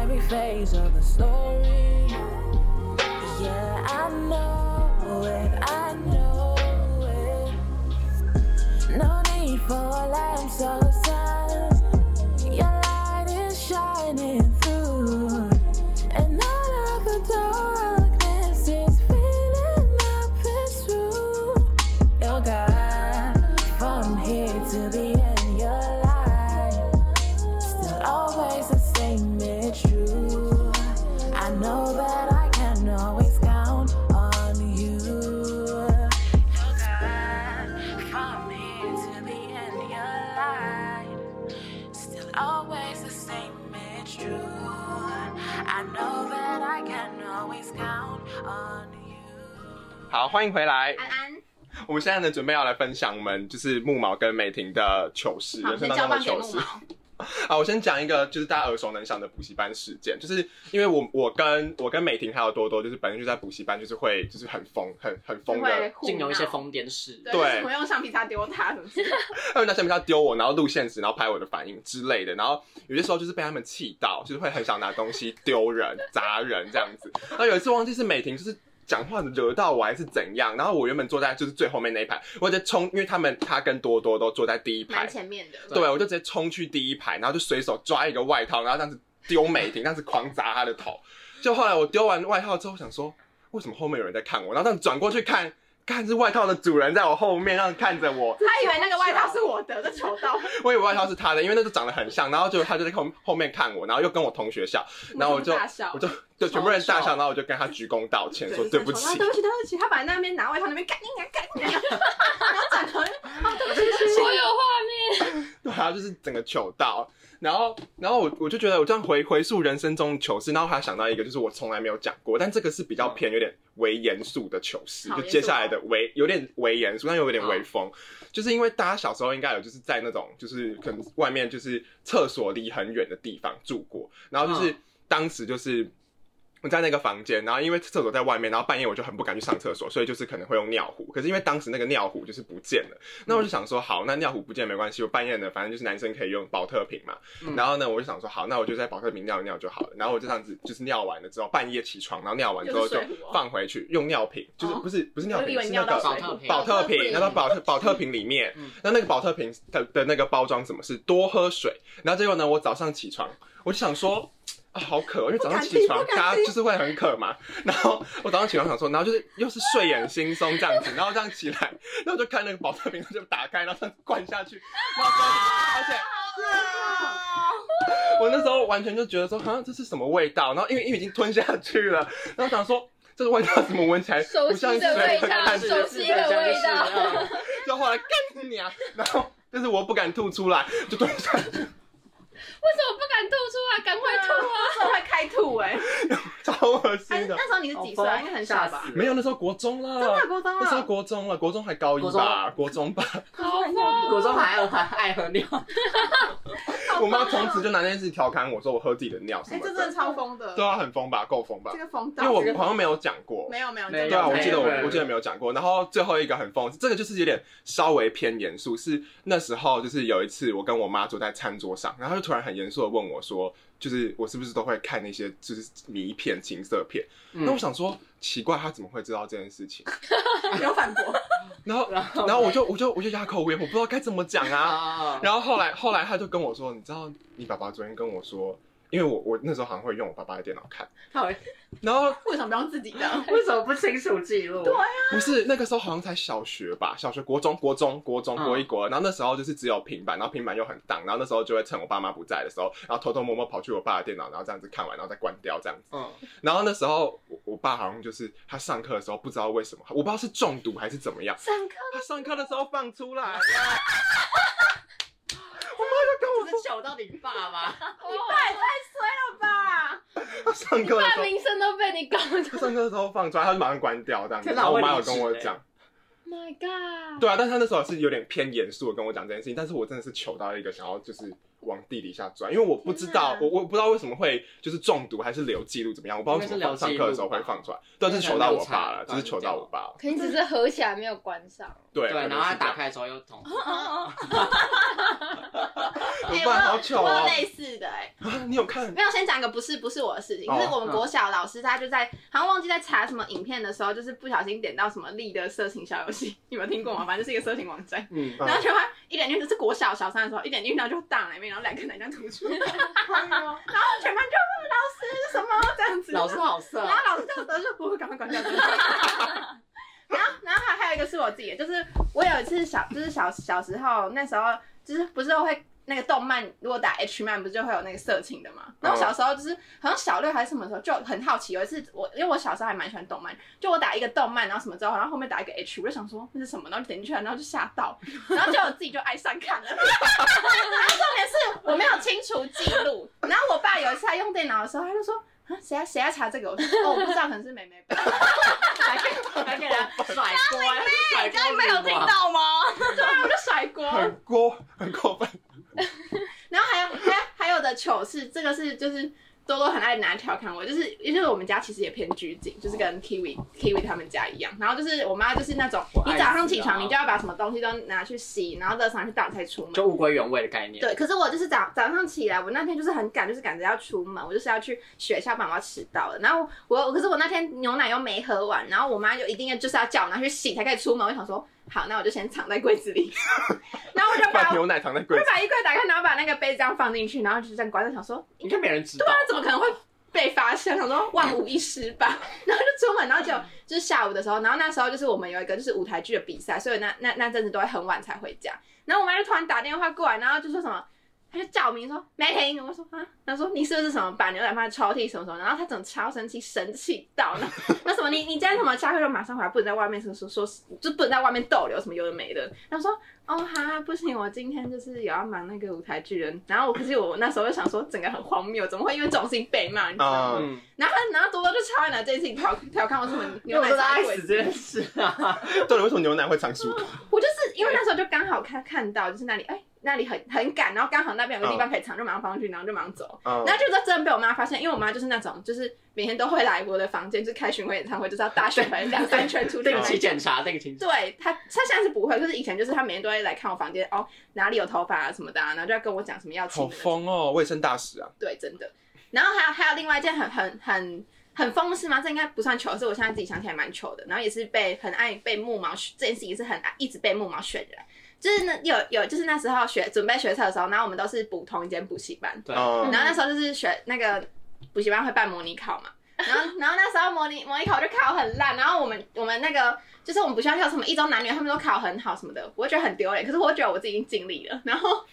Speaker 5: Every phase of the story. Yeah, I know it. I know it. No need for a lamp so sad. Your light is shining through. And all of the darkness is filling up this room. Your God, from here to the end, your light. Still always the same, it's true. I know that I can always count on you. From here to the end, your light still always the same. It's true. I know that I can always count on you.
Speaker 1: 好，欢迎回来。
Speaker 2: 哎
Speaker 4: 安安，
Speaker 1: 我们现在呢，准备要来分享我们就是木毛跟美婷的糗事，
Speaker 4: 好
Speaker 1: 人生当中的糗
Speaker 4: 先交棒给
Speaker 1: 事
Speaker 4: 木。
Speaker 1: 好，我先讲一个，就是大家耳熟能详的补习班事件，就是因为我我跟我跟美婷还有多多，就是本身就在补习班，就是会就是很疯，很很疯
Speaker 2: 会
Speaker 1: 的，
Speaker 2: 互
Speaker 3: 竟有一些
Speaker 2: 闹
Speaker 3: 疯癫事。
Speaker 2: 对，
Speaker 1: 对
Speaker 2: 就是我用橡皮擦丢他什么之类的？
Speaker 1: 他们拿橡皮擦丢我，然后录现实，然后拍我的反应之类的，然后有些时候就是被他们气到，就是会很想拿东西丢人、砸人这样子。然后有一次忘记是美婷，就是。讲话惹到我还是怎样？然后我原本坐在就是最后面那一排，我在冲，因为他们他跟多多都坐在第一排
Speaker 2: 蛮，前面的。
Speaker 1: 对，我就直接冲去第一排，然后就随手抓一个外套，然后这样子丢美婷，这样子狂砸她的头。就后来我丢完外套之后，我想说为什么后面有人在看我，然后这样转过去看，看是外套的主人在我后面，这样看着我，
Speaker 2: 他以为那个外套是我的，这丑 到。
Speaker 1: 我以为外套是他的，因为那时候长得很像，然后就他就在后后面看我，然后又跟我同学笑，然后我就
Speaker 2: 大笑
Speaker 1: 我就对全部人大笑，然后我就跟他鞠躬道歉，说对不
Speaker 2: 啊
Speaker 1: 起
Speaker 2: 对。不起，对不起。他本来在那边拿外套那边赶紧赶紧赶紧，然后转头，哦，对不起，对不起
Speaker 4: 我有画面，
Speaker 1: 对啊，就是整个糗到。然后，然后我我就觉得我这样回回溯人生中的糗事，然后我还想到一个，就是我从来没有讲过，但这个是比较偏有点微严肃的糗
Speaker 2: 嗯
Speaker 1: 事，
Speaker 2: 好
Speaker 1: 就
Speaker 2: 严
Speaker 1: 接
Speaker 2: 肃
Speaker 1: 下
Speaker 2: 哦
Speaker 1: 来的微有点微严肃，但又有点微风，就是因为大家小时候应该有就是在那种就是可能外面就是厕所离很远的地方住过，然后就是
Speaker 3: 嗯
Speaker 1: 当时就是。我在那个房间，然后因为厕所在外面，然后半夜我就很不敢去上厕所，所以就是可能会用尿壶。可是因为当时那个尿壶就是不见了，那我
Speaker 2: 嗯
Speaker 1: 就想说，好，那尿壶不见没关系，我半夜呢，反正就是男生可以用保特瓶嘛。
Speaker 3: 嗯
Speaker 1: 然后呢，我就想说，好，那我就在保特瓶尿一尿就好了。然后我就这样子，就是尿完了之后，半夜起床，然后尿完之后
Speaker 2: 又是
Speaker 1: 就
Speaker 2: 水壶哦
Speaker 1: 放回去，用尿瓶，就是
Speaker 2: 哦
Speaker 1: 不是不是尿
Speaker 2: 我以
Speaker 1: 瓶，
Speaker 2: 为
Speaker 1: 是
Speaker 2: 你
Speaker 1: 那
Speaker 2: 尿到
Speaker 1: 个
Speaker 2: 水
Speaker 3: 保特瓶
Speaker 1: 保特
Speaker 2: 保特
Speaker 1: 瓶，
Speaker 2: 瓶
Speaker 1: 然后保特保特瓶里面
Speaker 3: 嗯，
Speaker 1: 那那个保特瓶的的那个包装怎么是多喝水？然后结果呢，我早上起床，我就想说。啊，好渴哦！因为早上起床
Speaker 2: 不，敢听不敢
Speaker 1: 大家就是会很渴嘛。然后我早上起床想说，然后就是又是睡眼惺忪这样子，然后这样起来，然后就看那个保特瓶，就打开，然后这样灌下去，然后之后而且我那时候完全就觉得说，啊，这是什么味道？然后因为因为已经吞下去了，然后想说这个味道怎么闻起来
Speaker 4: 熟
Speaker 1: 不
Speaker 4: 悉
Speaker 1: 像是
Speaker 4: 的味道
Speaker 1: 但是
Speaker 4: 熟悉的味道。
Speaker 1: 就后来干你啊！ 然后就是我不敢吐出来，就吞下去，
Speaker 4: 为什么不敢吐出来？赶快吐啊！
Speaker 2: 这会开吐哎！
Speaker 1: 超恶
Speaker 2: 还是
Speaker 1: 心的。
Speaker 2: 那时候你是几岁啊？应该很小吧？
Speaker 1: 没有，那时候国中
Speaker 2: 真
Speaker 1: 了
Speaker 2: 的，高中
Speaker 1: 那时候
Speaker 2: 啊？
Speaker 1: 国中了，国中还高一吧，国中吧。
Speaker 4: 好哇，
Speaker 3: 国中还爱喝爱喝尿，
Speaker 1: 我妈从此就拿那件事调侃我说我喝自己的尿什
Speaker 2: 哎，
Speaker 1: 么
Speaker 2: 这真的
Speaker 1: 啊的，
Speaker 2: 超疯的
Speaker 1: 对，啊，很疯吧，够疯吧
Speaker 2: 这？个疯
Speaker 1: 因
Speaker 2: 到
Speaker 1: 为
Speaker 2: 这
Speaker 1: 我
Speaker 2: 个
Speaker 1: 好像没有讲过，
Speaker 2: 没有没有
Speaker 3: 没有
Speaker 1: 对啊，我记得我
Speaker 3: 没有
Speaker 1: 我记得没有讲过。然后最后一个很讽刺，这个就是有点稍微偏严肃，是那时候就是有一次我跟我妈坐在餐桌上，然后她就突然很严肃的问我说，就是我是不是都会看那些就是迷片、情色片？那我想说奇怪，她怎么会知道这件事情？
Speaker 2: 没有反驳，
Speaker 1: 然后
Speaker 3: 然后
Speaker 1: 然后我就我就我就哑口无言，我不知道该怎么讲啊。
Speaker 3: 啊，
Speaker 1: 然后后来后来她就跟我说，你知道你爸爸昨天跟我说。因为我我那时候好像会用我爸爸的电脑看，
Speaker 3: 后
Speaker 1: 然后
Speaker 2: 为什么不用自己的？
Speaker 3: 为什么不清楚记录？
Speaker 1: 不是那个时候好像才小学吧，小学国中国中国中
Speaker 3: 嗯
Speaker 1: 国一国二，然后那时候就是只有平板，然后平板又很荡，然后那时候就会趁我爸妈不在的时候，然后偷偷摸摸跑去我爸的电脑，然后这样子看完，然后再关掉这样子。
Speaker 3: 嗯，
Speaker 1: 然后那时候我我爸好像就是他上课的时候不知道为什么，我不知道是中毒还是怎么样，
Speaker 2: 上课
Speaker 1: 他上课的时候放出来了。我妈就跟我说
Speaker 3: 糗到你爸爸，
Speaker 2: 你爸也太衰了吧！
Speaker 1: 他上课的时
Speaker 4: 他
Speaker 1: 候，
Speaker 4: 名声都被你搞
Speaker 1: 他
Speaker 4: 的。
Speaker 1: 上课的时候放出来，他就马上关掉这样子。
Speaker 3: 天哪
Speaker 1: 然后我
Speaker 3: 我
Speaker 1: 妈有
Speaker 3: 理智
Speaker 1: 跟我
Speaker 3: 欸
Speaker 1: 讲，
Speaker 4: My God！
Speaker 1: 对啊，但是他那时候是有点偏严肃的跟我讲这件事情，但是我真的是糗到一个想要就是往地底下钻，因为我不知道
Speaker 4: 天哪
Speaker 1: 我我不知道为什么会就是中毒还是留记录怎么样，我不知道为什
Speaker 3: 应该
Speaker 1: 么
Speaker 3: 是留
Speaker 1: 上
Speaker 3: 记录吧
Speaker 1: 课的时候会放出来，对，就是糗到我爸了，就是糗到我爸了，
Speaker 4: 可能只是合起来没有关上。
Speaker 1: 对，
Speaker 3: 对，
Speaker 1: 可
Speaker 3: 然
Speaker 1: 能
Speaker 3: 后他
Speaker 1: 是这样
Speaker 3: 打，开的时候又捅。
Speaker 1: 怎么
Speaker 2: 啊哎我
Speaker 1: 办？好
Speaker 2: 有
Speaker 1: 糗
Speaker 2: 我有
Speaker 1: 啊！
Speaker 2: 类似的哎、
Speaker 1: 啊你有看？
Speaker 2: 没有，先讲一个不是不是我的事情，
Speaker 1: 哦
Speaker 2: 就是我们国小老师他就在好像忘记在查什么影片的时候，就是不小心点到什么力的色情小游戏，你们听过吗？反正就是一个色情网站。
Speaker 3: 嗯，
Speaker 1: 嗯
Speaker 2: 然后就他一点进去是国小小三的时候，一点进去然后就大奶妹，然后两个奶酱吐出来，然后全班就嗯老师什么这样子，
Speaker 3: 老师好色啊
Speaker 2: 然后老师就得说不会，赶快关掉。 然后，然后还还有一个是我自己的，就是我有一次小，就是小小时候那时候，就是不是都会那个动漫，如果打 H man 不是就会有那个色情的嘛？然后小时候就是好像小六还是什么时候就很好奇，有一次我因为我小时候还蛮喜欢动漫，就我打一个动漫，然后什么之后，然后后面打一个 H，我就想说那是什么，然后就点进去了，然后就吓 到，然后就我自己就爱上看了。重点是我没有清除记录，然后我爸有一次他用电脑的时候，他就说。啊，谁在谁在查这个？我说哦，我不知道，可能是妹妹吧。还给还给他，
Speaker 3: 甩锅，啊甩锅，
Speaker 4: 没有听。到吗？
Speaker 2: 对啊， 我就甩锅。
Speaker 1: 很过很过分，
Speaker 2: 然后还有还有还有的糗事，这个是就是多多很爱拿来调侃我，就是因为我们家其实也偏拘谨，就是跟 Kiwi Kiwi 他们家一样。然后就是我妈就是啊那种，
Speaker 3: 我爱
Speaker 2: 你
Speaker 3: 死
Speaker 2: 早上起
Speaker 3: 啊
Speaker 2: 床你就要把什么东西都拿去洗，然后热上去倒才出门。
Speaker 3: 就物归原位的概念。
Speaker 2: 对，可是我就是早早上起来，我那天就是很赶，就是赶着要出门，我就是要去学校，不然我要迟到了。然后我，我可是我那天牛奶又没喝完，然后我妈就一定要就是要叫我拿去洗才可以出门。我想说，好，那我就先藏在柜子里。 然后我就
Speaker 1: 把
Speaker 2: 把我
Speaker 1: 牛奶藏在柜
Speaker 2: 就
Speaker 1: 子
Speaker 2: 把衣柜打开，然后把那个杯子这样放进去，然后就这样关上，想说
Speaker 3: 应该没人知道
Speaker 2: 对。啊，怎么可能会被发现？想说万无一失吧，然后就出门，然后就就是下午的时候，然后那时候就是我们有一个就是舞台剧的比赛，所以那那那阵子都会很晚才回家。然后我妈就突然打电话过来，然后就说什么。她就叫我名说梅婷，我说啊，她说你是不是什么把牛奶放在抽屉什么什么，然后她整个超生气，生气到 呢，那什么你你今天什么下课就马上回来，不能在外面说说说，就不能在外面逗留什么有的没的。然后说哦哈，不行，我今天就是有要忙那个舞台剧人。然后我可是我那时候就想说，整个很荒谬，怎么会因为这种事情被骂？你知道吗？
Speaker 1: 啊，
Speaker 3: 嗯，
Speaker 2: 然后他然后多多就超爱拿这件事情调调侃我什么
Speaker 3: 因为
Speaker 2: 牛
Speaker 3: 我
Speaker 2: 奶
Speaker 3: 真的
Speaker 2: 茶
Speaker 3: 爱
Speaker 2: 鬼
Speaker 3: 死这件事啊！
Speaker 1: 对了，为什么牛奶会藏书包？
Speaker 2: 我就是因为那时候就刚好看看到，就是那里哎那里很很赶，然后刚好那边有个地方可以藏，就马上放上去，然后就马上走。
Speaker 3: 哦
Speaker 1: 啊
Speaker 2: 然后就真的被我妈发现，因为我妈就是那种就是每天都会来我的房间，就是开巡回演唱会，就是要大旋转两三圈出去
Speaker 3: 对
Speaker 2: 那
Speaker 3: 不起，
Speaker 2: 种。
Speaker 3: 检查这个情
Speaker 2: 对他，他现在是不会，就是以前就是他每天都会来看我房间，哦哪里有头发啊什么的、啊，然后就要跟我讲什么要请
Speaker 1: 好
Speaker 2: 的那种
Speaker 1: 疯哦，卫生大使啊！
Speaker 2: 对，真的。然后还有还有另外一件很很很很疯的事吗？这应该不算糗，是我现在自己想起来蛮糗的。然后也是被很爱被木毛选这件事情是很爱一直被木毛选人。就是那有有就是那时候学准备学测的时候，然后我们都是补同一间补习班，
Speaker 3: 对
Speaker 1: 啊
Speaker 2: 然后那时候就是学那个补习班会办模拟考嘛，然后然后那时候模拟模拟考就考很烂，然后我们我们那个就是我们补习班有什么一中男女，他们都考很好什么的，我觉得很丢脸，可是我觉得我自己已经尽力了，然后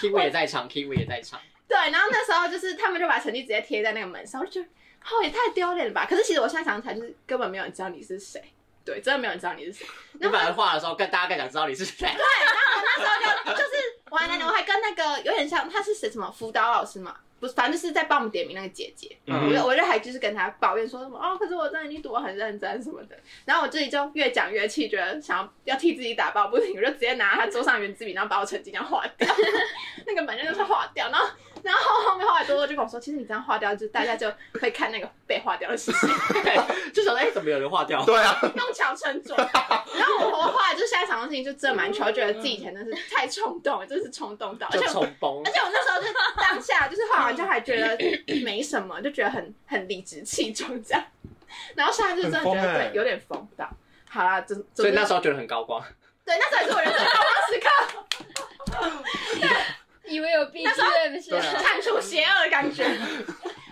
Speaker 3: ，Kiwi 也在场，Kiwi 也在场。
Speaker 2: 对，然后那时候就是他们就把成绩直接贴在那个门上，我就觉得哦也太丢脸了吧。可是其实我现在想起来，就是根本没有人知道你是谁，对，真的没有人知道你是谁。
Speaker 3: 你本来画的时候，更大家更想知道你是谁。
Speaker 2: 那时候就就是我还我还跟那个有点像，他是谁什么辅导老师嘛，不是，反正就是在帮我们点名那个姐姐。
Speaker 1: 嗯
Speaker 2: 我就我就还就是跟他抱怨说什么哦，可是我真的已经读得很认真什么的。然后我自己就越讲越气，觉得想要要替自己打抱不平，我就直接拿他桌上圆珠笔，然后把我成绩这样划掉， 那个门就是划掉。然后然后后面后来多多就跟我说，其实你这样划掉，就大家就会看那个被划掉的事情，
Speaker 3: 对就想到哎，怎么有人画 掉？
Speaker 1: 对啊，
Speaker 2: 弄巧成拙。然后我我后来就现在想到事情就真的蛮糗，觉得自己以前真是太冲动了，真是冲动到，而
Speaker 3: 就
Speaker 2: 且我
Speaker 3: 重崩
Speaker 2: 而。且我那时候就是当下就是画完就还觉得没什么，就觉得很很理直气壮这样。然后现在就真的觉
Speaker 1: 很疯
Speaker 2: 得
Speaker 1: 欸
Speaker 2: 对有点疯到。好啦，总
Speaker 3: 所以那
Speaker 2: 候
Speaker 3: 时候觉得很高光，
Speaker 2: 对那时候也是我人生高光时刻，
Speaker 4: 以为有 BGM 是
Speaker 3: 对啊
Speaker 4: 吧？
Speaker 2: 铲除邪恶的感觉。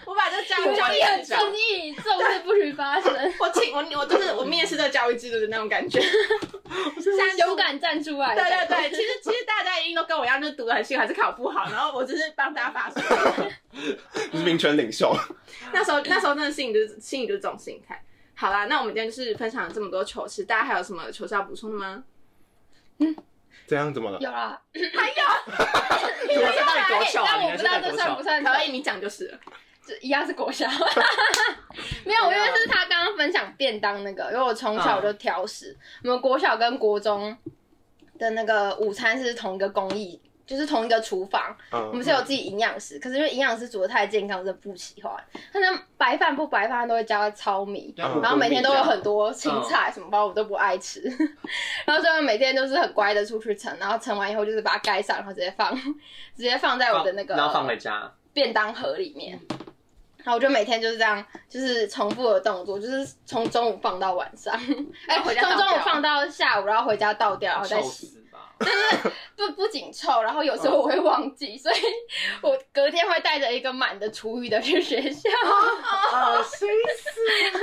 Speaker 2: 我把这教
Speaker 4: 以为
Speaker 2: 育教育
Speaker 4: 你很正义，这种事不许发生，
Speaker 2: 我请我我就是我面试这个教育制度的那种感觉。现在
Speaker 4: 勇。敢站出来。
Speaker 2: 对对对，其实其实大家一定都跟我一样，就是读的很辛苦，还是考不好，然后我只是帮大家发声。
Speaker 1: 你是民权领袖，
Speaker 2: 那时候那时候真的心里就是心里就是这种心态。好啦，那我们今天就是分享了这么多糗事，大家还有什么糗事要补充的吗？
Speaker 1: 这样怎么了？
Speaker 4: 有啦，哎
Speaker 2: 还有，
Speaker 3: 怎么是到底多糗啊？啊
Speaker 4: 但
Speaker 3: 你
Speaker 4: 我
Speaker 3: 还
Speaker 4: 不
Speaker 3: 是
Speaker 4: 知道
Speaker 3: 在
Speaker 4: 这
Speaker 3: 多
Speaker 4: 算
Speaker 3: 糗？
Speaker 4: 不算
Speaker 2: 可以你讲就是了。
Speaker 4: 就一样是国小， 没有，我因为是他刚刚分享便当那个，因为我从小就挑食，我们国小跟国中的那个午餐是同一个工艺，就是同一个厨房，我们
Speaker 1: 嗯，
Speaker 4: 是有自己营养师，可是因为营养师煮的太健康，我真的不喜欢。他那白饭不白饭，他都会加糙米，
Speaker 1: 然
Speaker 4: 然后每天都有很多青
Speaker 3: 嗯
Speaker 4: 菜什么，包括我都不爱吃。 然后所以我每天就是很乖的出去盛，然后盛完以后就是把它盖上，然后直接放， 直接放在我的那个哦
Speaker 3: 然后放回嗯家，
Speaker 4: 便当盒里面。然后我就每天就是这样，就是重复的动作，就是从中午放到晚上，哎、
Speaker 2: 然后回家
Speaker 4: 从
Speaker 2: 倒
Speaker 4: 中午
Speaker 2: 掉
Speaker 4: 放到下午，然后回家倒掉，然后再
Speaker 3: 臭
Speaker 4: 洗。
Speaker 3: 死 嗯吧！
Speaker 4: 不不仅臭，然后有时候我会忘记，所以 我隔天会带着一个满的厨余的去学校。
Speaker 3: 啊
Speaker 1: 恶心死！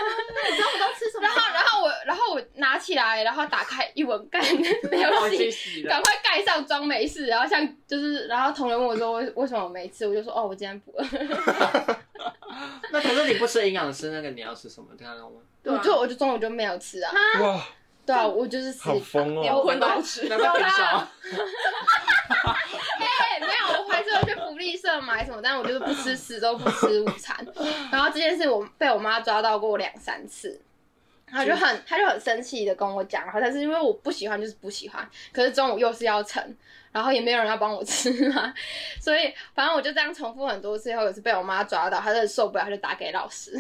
Speaker 2: 中午都吃什么？
Speaker 4: 然后，然后我，然后我拿起来，然后打开一闻，干 没有
Speaker 3: 我已经
Speaker 4: 洗，
Speaker 3: 洗
Speaker 4: 赶
Speaker 3: 了，
Speaker 4: 快盖上装没事。然后像就是，然后同学问我说为为什么我没吃，我就说哦，我今天不饿，
Speaker 3: 那可是你不吃营养师那个，你要吃什么？看到吗？
Speaker 2: 对啊
Speaker 4: 我就我就中午就没有吃啊。
Speaker 1: 哇，
Speaker 4: 对啊，我就是吃
Speaker 1: 好疯
Speaker 2: 连
Speaker 1: 哦！
Speaker 2: 荤都不吃，
Speaker 3: 难怪很少。啊
Speaker 4: 哎、没有，我还是会去福利社买什么，但我就是不吃，死都不吃午餐。然后这件事我被我妈抓到过两三次，她就很她就很生气的跟我讲，然后但是因为我不喜欢就是不喜欢，可是中午又是要盛，然后也没有人要帮我吃嘛，所以反正我就这样重复很多次以后，有一次被我妈抓到，她真的受不了，她就打给老师。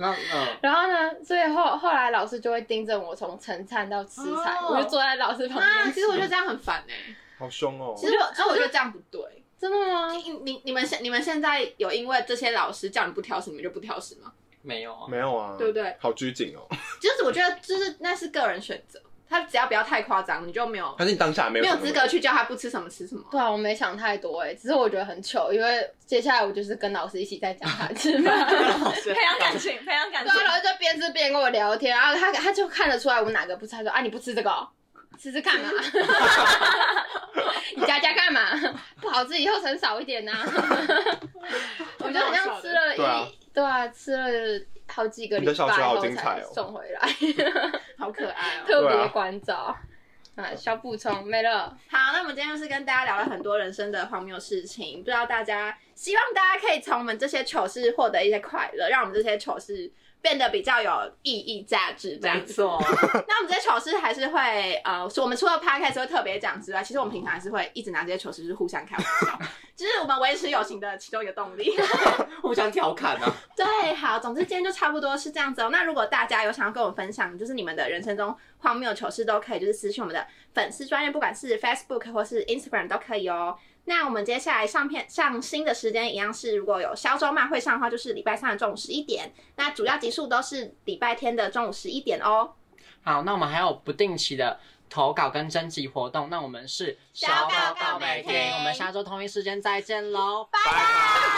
Speaker 3: 那嗯，
Speaker 4: 然后呢，所以后后来老师就会盯着我从盛餐到吃菜，
Speaker 2: 哦
Speaker 4: 我就坐在老师旁
Speaker 2: 啊，
Speaker 4: 边
Speaker 2: 其
Speaker 4: 吃。
Speaker 2: 实我觉得这样很烦哎、
Speaker 1: 好凶哦！
Speaker 2: 其实我，其实我觉得这样不对。
Speaker 4: 真的吗？
Speaker 2: 你你你们现你们现在有因为这些老师叫你不挑食，你们就不挑食吗？
Speaker 3: 没有啊，
Speaker 1: 没有啊，
Speaker 2: 对不对？
Speaker 1: 好拘谨哦。
Speaker 2: 就是我觉得就是那是个人选择，他只要不要太夸张，你就没有
Speaker 1: 还是你当下没有
Speaker 2: 没有
Speaker 1: 什么
Speaker 2: 资格去叫他不吃什么吃什么。
Speaker 4: 对啊，我没想太多哎、只是我觉得很糗，因为接下来我就是跟老师一起在讲他吃饭，
Speaker 2: 培养感情，培养感
Speaker 4: 对啊，老师啊就边吃边跟我聊天，然后他他就看得出来我哪个不吃，他说啊你不吃这个、哦，吃吃看嘛，你夹夹干嘛？不好吃以后盛少一点呐、我就好像吃了一
Speaker 1: 对啊
Speaker 4: 对啊吃了好几个
Speaker 1: 你的
Speaker 4: 礼拜
Speaker 1: 小学好
Speaker 4: 后
Speaker 1: 精彩
Speaker 4: 才
Speaker 1: 哦啊
Speaker 4: 送 回来，
Speaker 2: 好可爱哦、
Speaker 4: 特
Speaker 1: 对啊
Speaker 4: 别关照。啊，小补充没了，
Speaker 2: 好，那我们今天就是跟大家聊了很多人生的荒谬事情，不知道大家希望大家可以从我们这些糗事获得一些快乐，让我们这些糗事变得比较有意义价值这样子。
Speaker 3: 错。
Speaker 2: 那我们这些糗事还是会呃，我们除了 podcast 会特别讲之外，其实我们平常还是会一直拿这些糗事就是互相开玩笑，就是我们维持友情的其中一个动力。
Speaker 3: 互相调侃啊，
Speaker 2: 对，好，总之今天就差不多是这样子哦。那如果大家有想要跟我分享，就是你们的人生中荒谬糗事，都可以就是私信我们的粉丝专业，不管是 Facebook 或是 Instagram 都可以哦。那我们接下来上片上新的时间一样是，如果有销售漫会上的话，就是礼拜三的中午十一点。那主要集数都是礼拜天的中午十一点哦。
Speaker 3: 好，那我们还有不定期的投稿跟征集活动，那我们是
Speaker 2: 小稿告
Speaker 3: 美
Speaker 2: 美婷
Speaker 3: 我们下周同一时间再见喽，
Speaker 2: 拜拜